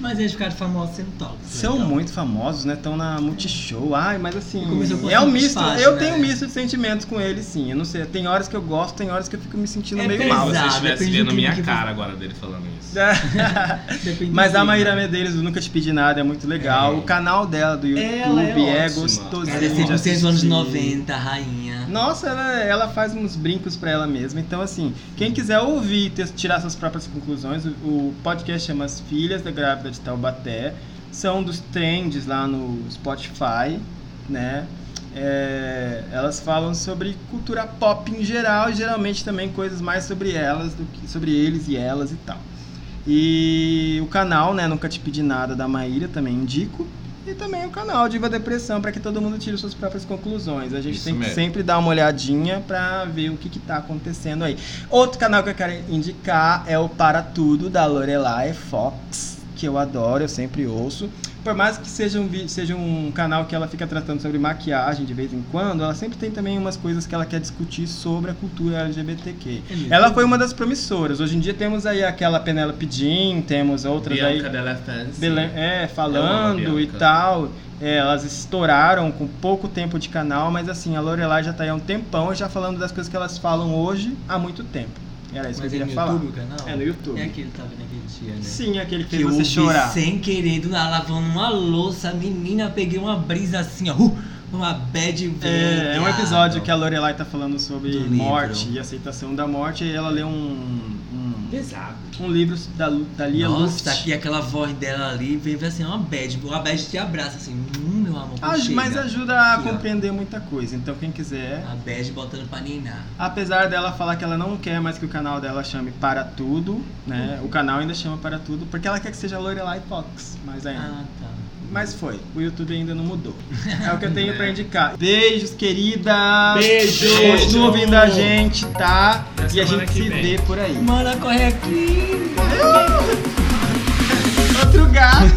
Mas eles ficaram famosos sendo tóxicos. São então. muito famosos, né? Estão na Multishow. Ai, mas assim. Começou com É um essa misto. desfase, eu né? tenho um misto de sentimentos com eles, sim. Eu não sei. Tem horas que eu gosto, tem horas que eu fico me sentindo É meio mal. pesado. Se você Exato, estivesse depende do vendo a clima minha que você- cara agora dele falando isso. Depende do Mas a clima. Maíra né? Medeiros, do Nunca Te Pedi Nada, é muito legal. É. O canal dela do YouTube Ela é é, ótima. gostosinho. Ela é de 100% dos anos assistir. 90, rainha. Nossa, ela, ela faz uns brincos pra ela mesma. Então, assim, quem quiser ouvir e ter- tirar suas próprias conclusões, o, o podcast chama As Filhas da Grávida de Taubaté. São dos trends lá no Spotify, né? É, elas falam sobre cultura pop em geral e geralmente também coisas mais sobre elas do que sobre eles e elas e tal. E o canal, né, Nunca Te Pedi Nada da Maíra, também indico. E também o canal Diva Depressão, para que todo mundo tire suas próprias conclusões. A gente Isso tem que mesmo. sempre dar uma olhadinha para ver o que, que tá acontecendo aí. Outro canal que eu quero indicar é o Para Tudo, da Lorelai Fox, que eu adoro, eu sempre ouço. Por mais que seja um, vi- seja um canal que ela fica tratando sobre maquiagem de vez em quando, ela sempre tem também umas coisas que ela quer discutir sobre a cultura LGBTQ. É Ela foi uma das promissoras. Hoje em dia temos aí aquela Penélope Jean, temos outras Bianca aí. Della Fancy. Belém, é, Eu amo falando a e Bianca. tal. É, elas estouraram com pouco tempo de canal, mas assim, a Lorelai já tá aí há um tempão já falando das coisas que elas falam hoje há muito tempo. Era isso Mas que eu é no queria falar. YouTube o canal? É no YouTube. É aquele que tava naquele dia, né? Sim, aquele que Que fez eu você ouvi chorar. sem querer, do nada, lavando uma louça, menina, peguei uma brisa assim, ó, uh, uma bad vibe. É, é um episódio que a Lorelai tá falando sobre Do livro. morte e aceitação da morte, e ela lê um. um Pesado. um livro da, Lu- da Lia Luft. Nossa, e aquela voz dela ali, vem assim, uma bad, uma bad te abraça assim, hum, meu amor, Aj- chega. Ah, mas ajuda a Aqui, ó. compreender muita coisa. Então quem quiser, A bad botando pra ninar. apesar dela falar que ela não quer mais que o canal dela chame para tudo, né? O canal ainda chama para tudo porque ela quer que seja Lorelai Fox, mas ainda. Ah, tá. Mas foi, o YouTube ainda não mudou. É o que eu tenho pra indicar. Beijos, querida. Beijo. Continua ouvindo a gente, tá? Até E a semana gente que se vem. vê por aí. Mana, corre aqui! Outro gato.